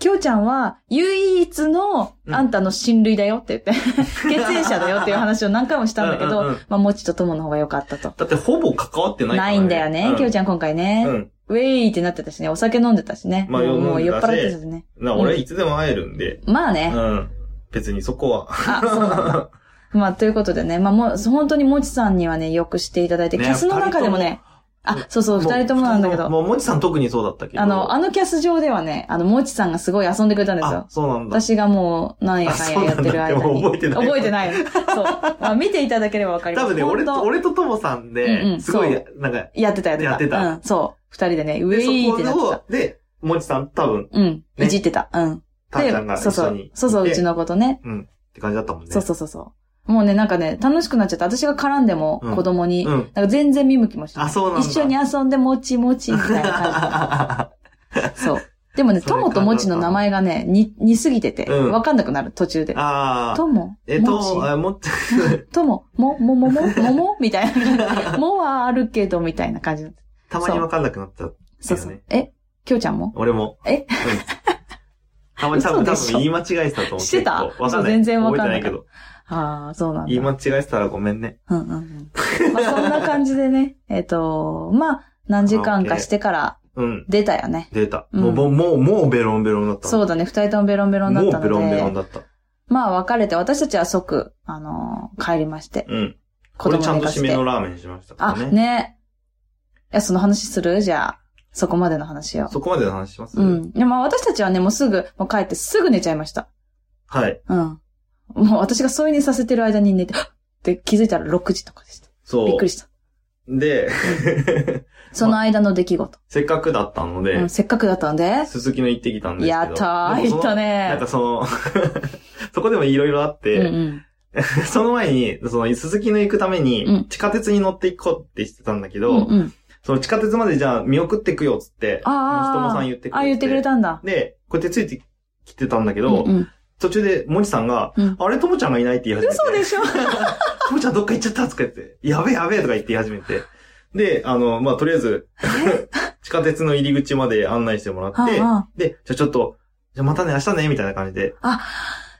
Speaker 2: きょうちゃんは唯一の
Speaker 1: うん
Speaker 2: あんたの親類だよって 言って、血縁者だよっていう話を何回もしたんだけ
Speaker 1: うんうん
Speaker 2: ど
Speaker 1: うん、
Speaker 2: まあ、もちとともの方が良かったと。
Speaker 1: だってほぼ関わってないから
Speaker 2: ないんだよね、きょうちゃん今回ね
Speaker 1: う。ん。
Speaker 2: ウェイってなってたしね、お酒飲んでたしね。
Speaker 1: まあ
Speaker 2: もう
Speaker 1: 飲んでたし
Speaker 2: もう酔っ払ってたしね。
Speaker 1: な、俺いつでも会えるんで。
Speaker 2: まあね。
Speaker 1: うん。別にそこは。
Speaker 2: あ、そうなんだ。まあ、ということでね、まあ、もう、本当にもちさんにはね、よくしていただいて、
Speaker 1: ね
Speaker 2: キャスの中でもね、あ、そうそう、二人ともなんだけ
Speaker 1: もう
Speaker 2: ど、
Speaker 1: もう、もちさん特にそうだったけど。
Speaker 2: あの、あのキャス上ではね、あの、もちさんがすごい遊んでくれたんですよ
Speaker 1: あ、。そうなんだ。
Speaker 2: 私がもう、なんやかんややってる
Speaker 1: あそうなんだ
Speaker 2: 間
Speaker 1: で
Speaker 2: に。
Speaker 1: も覚えてない
Speaker 2: 覚えてない。そう。まあ、見ていただければわかりま
Speaker 1: 多
Speaker 2: す。
Speaker 1: 分ね、俺と、
Speaker 2: 本
Speaker 1: 俺とともさん
Speaker 2: うんう
Speaker 1: で、
Speaker 2: ん
Speaker 1: すごい
Speaker 2: そ、
Speaker 1: なんか、
Speaker 2: 当やってた、やってた。
Speaker 1: やってた
Speaker 2: うん、そう。二人でね、ウェ
Speaker 1: で、そ
Speaker 2: イってなって
Speaker 1: こ
Speaker 2: た
Speaker 1: を。、で、もちさん多分、
Speaker 2: うん。
Speaker 1: ね
Speaker 2: いじってた。うん。
Speaker 1: たーちゃんが
Speaker 2: そう
Speaker 1: 一
Speaker 2: そ
Speaker 1: 緒
Speaker 2: う
Speaker 1: に。。
Speaker 2: そうそう、うち
Speaker 1: の。
Speaker 2: のことね。
Speaker 1: うん。って感じだったもんね。
Speaker 2: そうそうそうそう。もうね、なんかね、楽しくなっちゃった。私が絡んでも
Speaker 1: うん
Speaker 2: 子供に、
Speaker 1: うん
Speaker 2: なんか全然見向きもしない。
Speaker 1: あそうなんだ
Speaker 2: 一緒に遊んで、もちもちみたいな感 じ。そう。でもね、
Speaker 1: それ
Speaker 2: ともともちの名前がね、に、似すぎてて、
Speaker 1: うん
Speaker 2: わかんなくなる、途中で。
Speaker 1: ああ。
Speaker 2: とも、
Speaker 1: えっ
Speaker 2: もち
Speaker 1: と、 あもち、
Speaker 2: とも、も、も、も、も、ももみたいな感じ。もはあるけど、みたいな感じ。
Speaker 1: たまにわかんなくなっちゃう。
Speaker 2: そうそ
Speaker 1: いういよ。
Speaker 2: え、きょうちゃんも
Speaker 1: 俺も。
Speaker 2: え
Speaker 1: うんたまに多分、
Speaker 2: 嘘
Speaker 1: 多
Speaker 2: でしょ
Speaker 1: 分言い間違えてたと思う。
Speaker 2: してた
Speaker 1: 結構わかんない。
Speaker 2: 全然わかんない
Speaker 1: 覚えてないけど。
Speaker 2: ああ、そうなんだ。
Speaker 1: 言い間違えてたらごめんね。
Speaker 2: うん うんうん。まあそんな感じでね、えっと、まあ、何時間かしてから、
Speaker 1: うん。
Speaker 2: 出たよね。
Speaker 1: 出た。
Speaker 2: うん
Speaker 1: もう、もう、もう、もうベロンベロンだった
Speaker 2: そうだね、二人ともベロンベロンだ
Speaker 1: も
Speaker 2: っ
Speaker 1: う
Speaker 2: たの
Speaker 1: ベ
Speaker 2: で。
Speaker 1: ロンベロンだった。
Speaker 2: まあ別れて、私たちは即、あのー帰りまして。
Speaker 1: うん。
Speaker 2: 子
Speaker 1: これちゃん
Speaker 2: 供寝
Speaker 1: と
Speaker 2: かし
Speaker 1: 締
Speaker 2: て。
Speaker 1: めのラーメンにしましたか
Speaker 2: あ、
Speaker 1: らね。
Speaker 2: ね。いや、その話するじゃあ、そこまでの話を。
Speaker 1: そこまでの話します、
Speaker 2: うん。でも私たちはね、もうすぐ、もう帰ってすぐ寝ちゃいました。
Speaker 1: はい。
Speaker 2: うん。もう私が添い寝させてる間に寝て、はっって気づいたら6時とかでした。
Speaker 1: そう。
Speaker 2: びっくりした。
Speaker 1: で、
Speaker 2: その間の出来事。
Speaker 1: せっかくだったので、
Speaker 2: うん、せっかくだったんで。
Speaker 1: すすきの行ってきたんですけど。
Speaker 2: やったー、
Speaker 1: でも
Speaker 2: 行っ
Speaker 1: その
Speaker 2: た
Speaker 1: なん
Speaker 2: ね
Speaker 1: か。その、 そこでもいろいろあっ
Speaker 2: う
Speaker 1: て、
Speaker 2: んうん。
Speaker 1: その前に、その、鈴木の行くため
Speaker 2: う
Speaker 1: に
Speaker 2: ん、
Speaker 1: 地下鉄に乗っていこうってしてたんだけど、
Speaker 2: うんうん。
Speaker 1: その地下鉄までじゃあ見送ってくよっつって、
Speaker 2: あー
Speaker 1: もさん言ってくれ
Speaker 2: あ、言ってくれ。たんだ。
Speaker 1: で、こうやってついてきてたんだけ
Speaker 2: う
Speaker 1: ど、
Speaker 2: んうん。
Speaker 1: 途中で、もちさんが、
Speaker 2: うん
Speaker 1: あれ、ともちゃんがいないって言い始めて。
Speaker 2: 嘘でしょ
Speaker 1: ともちゃんどっか行っちゃったとか言って、やべえやべえとか言って言い始めて。で、あの、まあ、とりあえず、 地下鉄の入り口まで案内してもら
Speaker 2: は
Speaker 1: って
Speaker 2: あ、はあ
Speaker 1: で、じゃあちょっと、じゃあまたね、明日ね、みたいな感じで。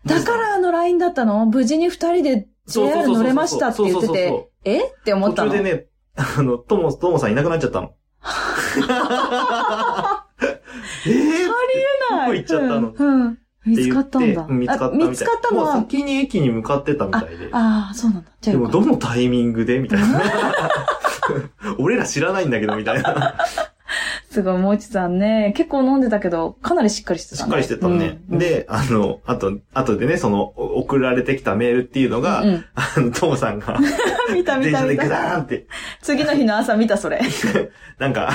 Speaker 2: だからあの LINE だったの無事に二人で
Speaker 1: そうそうそう
Speaker 2: JR
Speaker 1: そう
Speaker 2: 乗れましたって言って
Speaker 1: そうそうそう
Speaker 2: て、えって思った
Speaker 1: 途
Speaker 2: の。
Speaker 1: 中でね、あの、とも、ともさんいなくなっちゃったの。えー、
Speaker 2: ありえない。
Speaker 1: どこ行っちゃったの
Speaker 2: うんうん。 見つかったんだ。
Speaker 1: って言って見つかったみた
Speaker 2: あ
Speaker 1: い。
Speaker 2: 見つかったの
Speaker 1: もう
Speaker 2: は、
Speaker 1: 先に駅に向かってたみたいで。
Speaker 2: ああ、そうなんだ。じゃ
Speaker 1: で
Speaker 2: あ
Speaker 1: も、どのタイミングでみたい な。俺ら知らないんだけど、みたいな。
Speaker 2: すごい、もうちさんね、結構飲んでたけど、かなりしっかりして
Speaker 1: し
Speaker 2: た、ね。
Speaker 1: っかりしてたね。
Speaker 2: うん、
Speaker 1: で、あの、あと、あとでね、その、お送られてきたメールっていうの
Speaker 2: うん
Speaker 1: が、
Speaker 2: うん
Speaker 1: あの、ともさんが、
Speaker 2: 見た見
Speaker 1: 電
Speaker 2: た
Speaker 1: 車で
Speaker 2: 見
Speaker 1: グダー
Speaker 2: た。
Speaker 1: ンって、
Speaker 2: 次の日の朝見た、それ。
Speaker 1: なんか、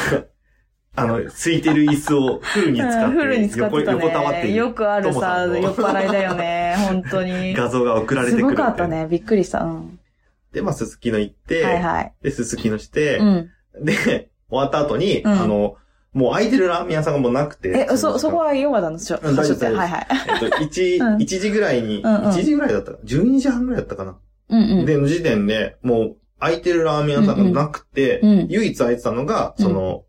Speaker 1: あの、空いてる椅子をフルに使
Speaker 2: うんフルに
Speaker 1: って、
Speaker 2: 使っ
Speaker 1: 横、
Speaker 2: てた
Speaker 1: 横たわってい
Speaker 2: ね。
Speaker 1: る。
Speaker 2: よくある
Speaker 1: トモさ
Speaker 2: さ、
Speaker 1: んの
Speaker 2: 酔っ払いだよね、本当に。
Speaker 1: 画像が送られてく
Speaker 2: す
Speaker 1: る
Speaker 2: ご
Speaker 1: みたい
Speaker 2: か
Speaker 1: な
Speaker 2: ったね、びっくりした。うん。
Speaker 1: で、まあ、すすきの行って、
Speaker 2: はいはい。
Speaker 1: で、すすきのして、
Speaker 2: うん。
Speaker 1: で、終わった後に、
Speaker 2: うん
Speaker 1: あの、もう空いてるラーメン屋さんがもうなくて。
Speaker 2: え、そ、そこ
Speaker 1: は、
Speaker 2: はヨガだのしょ、
Speaker 1: うん大丈夫
Speaker 2: しょって
Speaker 1: 大丈夫
Speaker 2: はいはい。
Speaker 1: えっと、1、
Speaker 2: うん
Speaker 1: 一時ぐらいに、
Speaker 2: うんうん
Speaker 1: 1時ぐらいだったか、12時半ぐらいだったかな。
Speaker 2: うんうん。
Speaker 1: で、の時点で、もう空いてるラーメン屋さんがなくて、
Speaker 2: うんうん
Speaker 1: 唯一空いてたのが、
Speaker 2: うん
Speaker 1: その、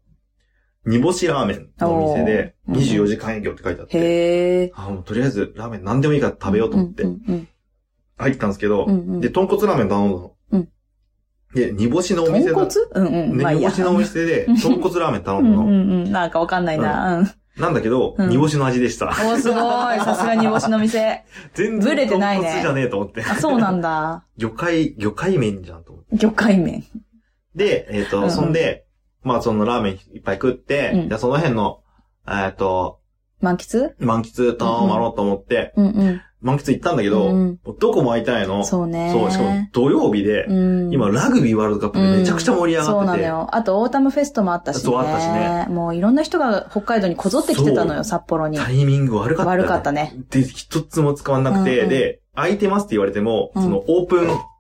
Speaker 1: 煮干しラーメンのお店で、
Speaker 2: おー
Speaker 1: 24時間営業って書いてあって、
Speaker 2: へえ。
Speaker 1: あもうとりあえずラーメン何でもいいから食べようと思って
Speaker 2: うんうん
Speaker 1: 入ったんですけど、
Speaker 2: うんうんうん
Speaker 1: で、豚骨ラーメン頼んだの。
Speaker 2: うん
Speaker 1: で、煮干しのお店
Speaker 2: 豚
Speaker 1: だ
Speaker 2: 骨うんうん。
Speaker 1: ね、
Speaker 2: まあいい
Speaker 1: 煮
Speaker 2: や
Speaker 1: 干しのお店で、豚骨ラーメン頼
Speaker 2: うん
Speaker 1: だ
Speaker 2: んう
Speaker 1: の。
Speaker 2: んうん。なんかわかんないな。うん。
Speaker 1: なんだけど、
Speaker 2: うん
Speaker 1: 煮干しの味で した。
Speaker 2: おーすごい。さすが煮干しの店。
Speaker 1: 全然
Speaker 2: ぶれてないね
Speaker 1: 豚骨じゃねえと思って。
Speaker 2: あ、そうなんだ。
Speaker 1: 魚介、魚介麺じゃんと思って。
Speaker 2: 魚介麺。
Speaker 1: で、えっ、と、
Speaker 2: うんうん
Speaker 1: そんで、まあそのラーメンいっぱい食って、
Speaker 2: うん
Speaker 1: じゃあその辺の、えっ、と、
Speaker 2: 満喫
Speaker 1: 満喫頼まろうと思って、
Speaker 2: うんうん。
Speaker 1: 満喫行ったんだけど、
Speaker 2: うん
Speaker 1: もうどこも空いてないの。
Speaker 2: そうね。
Speaker 1: そうしかも土曜日で、
Speaker 2: うん、
Speaker 1: 今ラグビーワールドカップでめちゃくちゃ盛り上
Speaker 2: そう
Speaker 1: がっ
Speaker 2: な
Speaker 1: て
Speaker 2: の
Speaker 1: て、
Speaker 2: よ。あと、オータムフェストもあったしね。
Speaker 1: そうあったしね
Speaker 2: もういろんな人が北海道にこぞってきてたの
Speaker 1: そ
Speaker 2: よ、札幌に。
Speaker 1: タイミング悪かった、
Speaker 2: 悪かったね。
Speaker 1: で、一つも使わなくて、
Speaker 2: うんうん
Speaker 1: で、空いてますって言われても、
Speaker 2: うん
Speaker 1: そのオープン、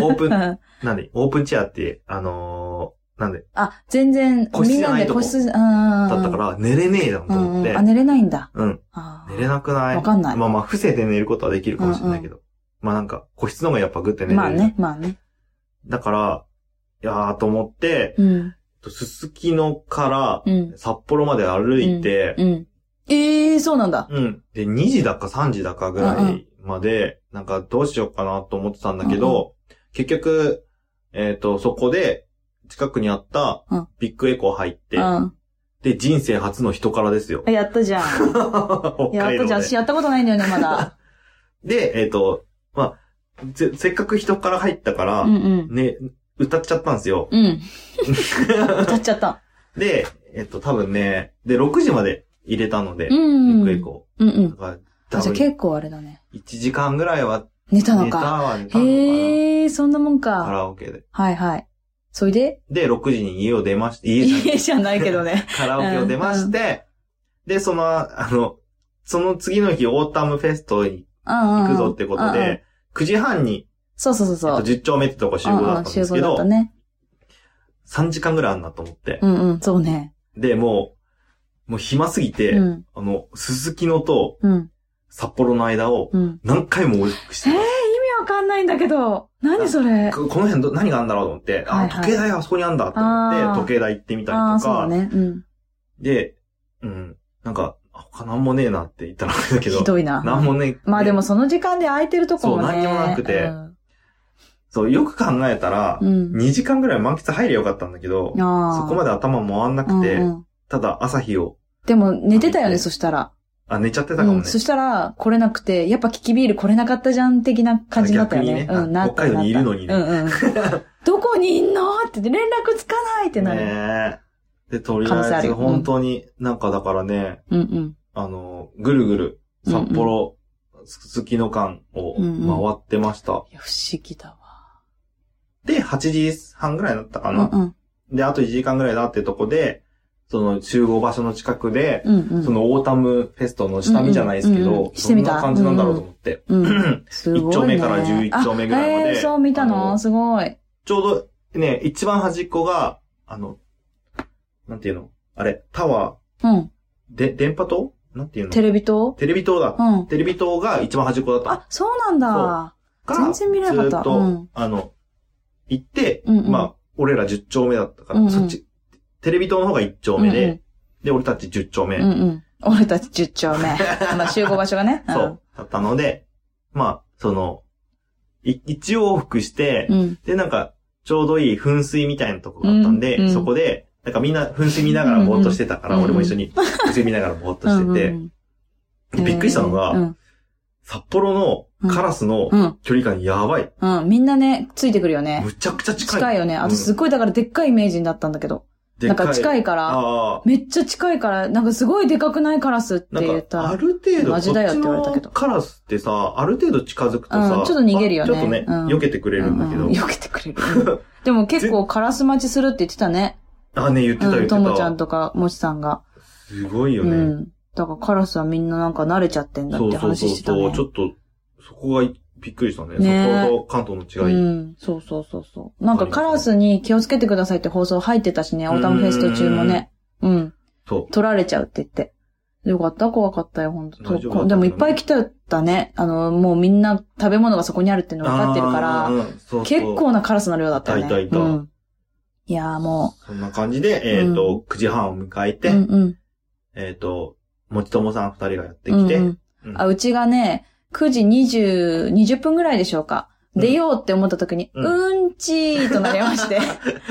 Speaker 1: オープ
Speaker 2: う
Speaker 1: ン、
Speaker 2: ん。
Speaker 1: なんで、オープンチェアって、あのー、なんで、
Speaker 2: あ、全然
Speaker 1: 個、室
Speaker 2: みん
Speaker 1: じゃ
Speaker 2: な
Speaker 1: ない
Speaker 2: で
Speaker 1: と
Speaker 2: 個
Speaker 1: こ
Speaker 2: 室、うんうんうん。
Speaker 1: だったから、寝れねえだと
Speaker 2: う
Speaker 1: 思
Speaker 2: ん
Speaker 1: っ
Speaker 2: う
Speaker 1: て
Speaker 2: ん。あ、、寝れないんだ。
Speaker 1: うん、
Speaker 2: あー
Speaker 1: 寝れなくない
Speaker 2: わかんない
Speaker 1: まあまあ、伏せて寝ることはできるかもしれないけど。まあなんか、個室の方がやっぱグッて寝れる。
Speaker 2: まあね、まあね。
Speaker 1: だから、いやーと思って、
Speaker 2: うん。
Speaker 1: すすきのか
Speaker 2: う
Speaker 1: ら
Speaker 2: ん。
Speaker 1: 札幌まで歩いて、
Speaker 2: うん。ええそうなんだ。
Speaker 1: うん、で、2時だか3時だかぐ
Speaker 2: うん
Speaker 1: ら
Speaker 2: う
Speaker 1: いまで、なんかどうしようかなと思ってたんだけど、結局、えっ、と、そこで、近くにあった
Speaker 2: うん、
Speaker 1: ビッグエコー入って、
Speaker 2: うん。
Speaker 1: で、人生初の人からですよ。
Speaker 2: やったじゃん。
Speaker 1: 北海道
Speaker 2: やったじゃん。
Speaker 1: で
Speaker 2: 私やったことないんだよね、ま だ。
Speaker 1: で、えっ、と、まあ、せ、せっかく人から入ったから、
Speaker 2: うんうん。
Speaker 1: ね、歌っちゃったんですよ。
Speaker 2: うん。歌っちゃった。
Speaker 1: で、えっ、と、多分ね、で、6時まで入れたので、
Speaker 2: う
Speaker 1: ビ
Speaker 2: ん。
Speaker 1: ッ
Speaker 2: う
Speaker 1: グエ
Speaker 2: ん
Speaker 1: コ
Speaker 2: う
Speaker 1: ー。だ
Speaker 2: ん。
Speaker 1: から、
Speaker 2: あ
Speaker 1: 多
Speaker 2: じゃあ
Speaker 1: 分、1
Speaker 2: 結構あれだね。
Speaker 1: 時間ぐらいは、
Speaker 2: 寝たの
Speaker 1: ネタ
Speaker 2: か。
Speaker 1: は寝たのか
Speaker 2: へえ、そんなもん
Speaker 1: な。カ
Speaker 2: か。
Speaker 1: ラオケで。
Speaker 2: はいはい。そいで
Speaker 1: で、6時に家を出まして、家じゃない
Speaker 2: 家 じゃないけ どね。
Speaker 1: カラオケを出まして、で、その、あの、その次の日、オータムフェストに
Speaker 2: うんうん。
Speaker 1: 行くぞってこと
Speaker 2: うんうん。
Speaker 1: で、9時半に、
Speaker 2: そうそうそ
Speaker 1: え
Speaker 2: う
Speaker 1: っ
Speaker 2: そ
Speaker 1: と、
Speaker 2: う。
Speaker 1: 10丁目ってとこ集合だったんですけ
Speaker 2: うんうん集合だ
Speaker 1: ど
Speaker 2: った、ね。
Speaker 1: 3時間ぐらいあんなと思って。
Speaker 2: うんうん、そうね。
Speaker 1: で、もう、もう暇すぎて、
Speaker 2: うん。
Speaker 1: あの、鈴木のと
Speaker 2: うん。
Speaker 1: 札幌の間を
Speaker 2: うん。
Speaker 1: 何回も往復し
Speaker 2: え
Speaker 1: て
Speaker 2: ー、意、味わかんないんだけど。何それ。
Speaker 1: ここの辺ど何があんだろうと思って、
Speaker 2: は
Speaker 1: あ、
Speaker 2: いはい
Speaker 1: 時計台あそこにあんだと
Speaker 2: あ
Speaker 1: 思
Speaker 2: ー
Speaker 1: って、時計台行ってみたり
Speaker 2: ああー、
Speaker 1: と
Speaker 2: そう
Speaker 1: か、
Speaker 2: だね。うん。
Speaker 1: で、うん、なんか、あ他なんもねえなって言ったらあれだけ
Speaker 2: ひ
Speaker 1: ど、
Speaker 2: どいな。
Speaker 1: なんもねえ。
Speaker 2: まあでもその時間で空いてるとこもね。
Speaker 1: そう何にもなくて
Speaker 2: うん
Speaker 1: そう、よく考えたら、
Speaker 2: うん。
Speaker 1: 2時間ぐらい満喫入りゃよかったんだけど、
Speaker 2: あ
Speaker 1: そこまで頭回んなく
Speaker 2: で
Speaker 1: て、
Speaker 2: うんうん、
Speaker 1: ただ朝日を、
Speaker 2: でも、寝てたよね、そしたら。
Speaker 1: あ、寝ちゃってたか
Speaker 2: う
Speaker 1: もね。
Speaker 2: ん。そしたら、来れなくて、やっぱキキビール来れなかったじゃん、的な感じになったよ
Speaker 1: 逆に
Speaker 2: ね。
Speaker 1: ね
Speaker 2: うん、なった
Speaker 1: 北海道にいるのにね
Speaker 2: なったうんうん。どこにいんのって連絡つかないってなる。
Speaker 1: ねえで、とり
Speaker 2: 可能性
Speaker 1: あ
Speaker 2: あ
Speaker 1: えず
Speaker 2: るようん
Speaker 1: 本当に、なんかだからね、
Speaker 2: うんうん。
Speaker 1: あの、ぐるぐる、札幌、すすきの間を
Speaker 2: うんうん
Speaker 1: 回ってました。
Speaker 2: いや、不思議だわ。
Speaker 1: で、8時半ぐらいだったか
Speaker 2: うん
Speaker 1: な、
Speaker 2: うん。
Speaker 1: で、あと1時間ぐらいだってとこで、その集合場所の近くで、
Speaker 2: うんうん。
Speaker 1: そのオータムフェストの下見じゃないですけ
Speaker 2: うんうんうん
Speaker 1: ど
Speaker 2: う、んし
Speaker 1: そ
Speaker 2: て
Speaker 1: ん
Speaker 2: みた
Speaker 1: な感じなんだろうと思って。
Speaker 2: うん。すごい、ね。
Speaker 1: 一丁目から十一丁目ぐらいまで
Speaker 2: あえー、そう見た
Speaker 1: あ
Speaker 2: の
Speaker 1: の
Speaker 2: すごい。
Speaker 1: ちょうど、ね、一番端っこが、あの、なんていうのあれ、タワ
Speaker 2: うん。
Speaker 1: ー、で、電波塔なんていうの
Speaker 2: テレビと
Speaker 1: テレビ塔だ
Speaker 2: う。ん。
Speaker 1: テレビ塔が一番端っこだった
Speaker 2: あ、そうなんだ。
Speaker 1: から、
Speaker 2: 全然見れなかった
Speaker 1: ずーっと、
Speaker 2: うん
Speaker 1: あの、行って、
Speaker 2: うんうん
Speaker 1: まあ、俺ら10丁目だったから、
Speaker 2: うんうん
Speaker 1: そっち、テレビ塔の方が1丁目で、で、俺たち10丁目、
Speaker 2: うんうん。うんうん。俺たち10丁目。 まあ集合場所がね。ん
Speaker 1: そう、。だったので、まあ、その、い一往復して、
Speaker 2: うん。
Speaker 1: で、なんか、ちょうどいい噴水みたいなとこがあったんで、
Speaker 2: うんうん
Speaker 1: そこで、なんかみんな噴水見ながらぼーっとしてたから、
Speaker 2: うんうん
Speaker 1: 俺も一緒に噴水見ながらぼーっと
Speaker 2: うん
Speaker 1: し
Speaker 2: うん
Speaker 1: てて、
Speaker 2: うん
Speaker 1: びっくりしたのが、
Speaker 2: うん
Speaker 1: 札幌のカラスの
Speaker 2: うん。
Speaker 1: 距離感やばい。
Speaker 2: うん。みんなね、ついてくるよね。
Speaker 1: むちゃくちゃ近い。
Speaker 2: 近いよね。私すっごいだからでっかいイメージだったんだけど。
Speaker 1: で
Speaker 2: なんか近
Speaker 1: い。
Speaker 2: いから、
Speaker 1: ああ。
Speaker 2: めっちゃ近いから、なんかすごいでかくないカラスって
Speaker 1: な
Speaker 2: 言
Speaker 1: ん
Speaker 2: っ
Speaker 1: か、あ
Speaker 2: た
Speaker 1: る程度、こ
Speaker 2: マ
Speaker 1: っ
Speaker 2: ジだよって言われたけ
Speaker 1: ち
Speaker 2: ど
Speaker 1: のカラスってさ、ある程度近づくとさ、
Speaker 2: うんちょっと逃げるよね
Speaker 1: あちょっとね、
Speaker 2: うん
Speaker 1: 避けてくれ
Speaker 2: ら、
Speaker 1: るんだけ
Speaker 2: う
Speaker 1: ど
Speaker 2: ん。避けてくれる。うんでも結構カラス待ちするって言ってたね。
Speaker 1: あ、ね、言ってた言っ
Speaker 2: うん、
Speaker 1: てた。
Speaker 2: ともちゃんとか、もちさんが。
Speaker 1: すごいよ
Speaker 2: う
Speaker 1: ね。
Speaker 2: ん。だからカラスはみんななんか慣れちゃってんだ
Speaker 1: そ
Speaker 2: っ
Speaker 1: う
Speaker 2: て
Speaker 1: そうそ
Speaker 2: 話
Speaker 1: う
Speaker 2: してたね。
Speaker 1: そう。ちょっと、そこがびっくりしたね。
Speaker 2: ね
Speaker 1: 札幌と関東の違い。
Speaker 2: うん。そうそうそうそう。なんかカラスに気をつけてくださいって放送入ってたしね、オータムフェスト中もね。うん。
Speaker 1: そ
Speaker 2: 取られちゃうって言って。よかった、怖かったよ、ほんと。
Speaker 1: 大丈夫だった
Speaker 2: そうでもいっぱい来てたね。あの、もうみんな食べ物がそこにあるっていう
Speaker 1: う。
Speaker 2: の分かってるから、
Speaker 1: あー、うんそうそう
Speaker 2: 結構なカラスの量だったよね。
Speaker 1: いたいたいた
Speaker 2: うん。いやーも
Speaker 1: そんな感じで、えっ、と、9時半を迎え
Speaker 2: う、
Speaker 1: て、
Speaker 2: うんうん。
Speaker 1: えっ、と、もちともさん二人がやって
Speaker 2: う
Speaker 1: き
Speaker 2: ん
Speaker 1: て、
Speaker 2: うんあ、うちがね、9時20、20分ぐらいでしょうか。
Speaker 1: うん
Speaker 2: 出ようって思った時に、
Speaker 1: う
Speaker 2: うんん、ちーとなり まして。おー、
Speaker 1: 恒例のうんちタイムですね。
Speaker 2: この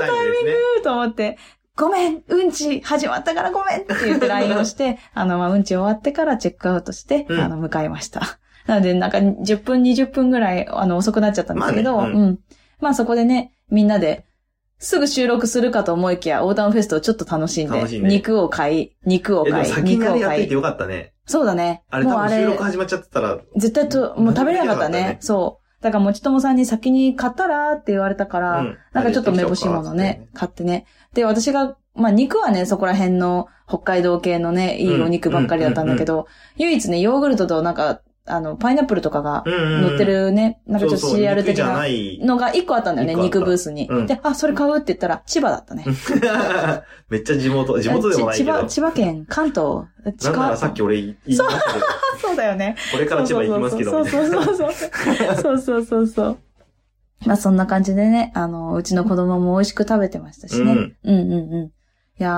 Speaker 2: タイミング と思って、ごめん、うんち始まったからごめんって言って LINE をして、あの、まあ、うんち終わってからチェックアウトして、
Speaker 1: うん
Speaker 2: あの、迎えました。なので、なんか10分、20分ぐらい、あの、遅くなっちゃったんですけど、
Speaker 1: まあねう
Speaker 2: うん、まあそこでね、みんなで、すぐ収録するかと思いきや、オータムフェストをちょっと楽しんで、
Speaker 1: 楽しんで
Speaker 2: 肉を買い、肉を
Speaker 1: え、でも
Speaker 2: 買い、
Speaker 1: 先に
Speaker 2: 肉
Speaker 1: あ
Speaker 2: を
Speaker 1: れやっ
Speaker 2: 買
Speaker 1: て
Speaker 2: い
Speaker 1: て。よかったね。
Speaker 2: そうだね。
Speaker 1: あれ
Speaker 2: も
Speaker 1: 多
Speaker 2: うあ
Speaker 1: 分収
Speaker 2: れ
Speaker 1: 録、始まっちゃってたら、
Speaker 2: 絶対と、もう食べれなかった
Speaker 1: なんか
Speaker 2: ね。
Speaker 1: ね
Speaker 2: そう。だから、もちともさんに先に買ったらって言われたから、
Speaker 1: うん
Speaker 2: なんかちょっと目星ものね、買ってね。で、私が、まあ肉はね、そこら辺の北海道系のね、いいお肉ばっかりだったんだけど、唯一ね、ヨーグルトとなんか、あの、パイナップルとかが
Speaker 1: 乗
Speaker 2: 乗って、るね、なんかちょっとシリアル的
Speaker 1: そうそう
Speaker 2: な
Speaker 1: 肉じ
Speaker 2: のが一個あったんだよね、
Speaker 1: 一個あった
Speaker 2: 肉ブースに
Speaker 1: うん。
Speaker 2: で、あ、それ買うって言ったら、千葉だったね。
Speaker 1: ゃない めっちゃ地元、地元でもないけど。
Speaker 2: あち千葉、千葉県、関東、
Speaker 1: なんならさっき俺言いましたけど、
Speaker 2: そうだよね。
Speaker 1: これから千葉行きますけど、
Speaker 2: そう
Speaker 1: みたい
Speaker 2: そう
Speaker 1: な
Speaker 2: そうそう。 そうそうそうそう。まあそんな感じでね、あの、うちの子供も美味しく食べてましたしね。
Speaker 1: う
Speaker 2: うんん、うん、うん。いや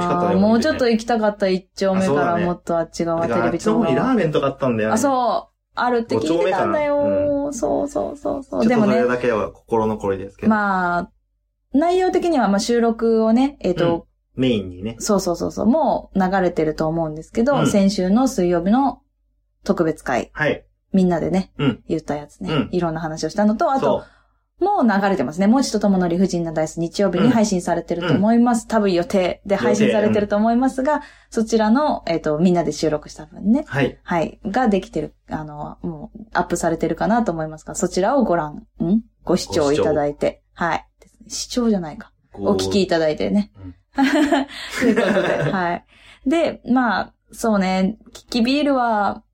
Speaker 1: 美味しかった
Speaker 2: ー、
Speaker 1: ね
Speaker 2: もうちょっと行きたかった一丁目
Speaker 1: あそう
Speaker 2: か
Speaker 1: だ
Speaker 2: ら
Speaker 1: ね
Speaker 2: もっとあっち側
Speaker 1: だ
Speaker 2: テ
Speaker 1: からあ
Speaker 2: レ
Speaker 1: っ
Speaker 2: ビ
Speaker 1: ちの
Speaker 2: 塔
Speaker 1: 方にラー
Speaker 2: が。
Speaker 1: メンとかあったんだよね。
Speaker 2: あ、そう。あるって聞いてた
Speaker 1: 五丁目
Speaker 2: んだ
Speaker 1: か
Speaker 2: よ。そうそうそうそう。
Speaker 1: ち
Speaker 2: で
Speaker 1: ょっ
Speaker 2: も
Speaker 1: とそ
Speaker 2: ね
Speaker 1: れ、だけは心残りですけど。
Speaker 2: まあ、内容的にはまあ収録をね、えっ、と、
Speaker 1: メインにね。
Speaker 2: そうそうそうそう、もう流れてると思うんですけど、
Speaker 1: うん
Speaker 2: 先週の水曜日の特別会。
Speaker 1: はい。
Speaker 2: みんなでね、
Speaker 1: うん
Speaker 2: 言ったやつね、
Speaker 1: うん
Speaker 2: いろんな話をしたのと、あと、
Speaker 1: そ
Speaker 2: もう流れてますね。もうちとともの理不尽なダイス、日曜日に配信されてると思います。多分予定で配信されてると思いますが、そちらの、えっ、と、みんなで収録した分ね
Speaker 1: う。、はい。
Speaker 2: はい、ができてる、あの、もう、アップされてるかなと思いますが、そちらをご覧、んご視
Speaker 1: ご
Speaker 2: 聴
Speaker 1: 視
Speaker 2: い
Speaker 1: 聴
Speaker 2: ただいて、はい。ですね視聴じゃないか。
Speaker 1: お
Speaker 2: お聞きいただいて ね
Speaker 1: うん。
Speaker 2: ということで、はい。で、まあ、そうね、キキビールは、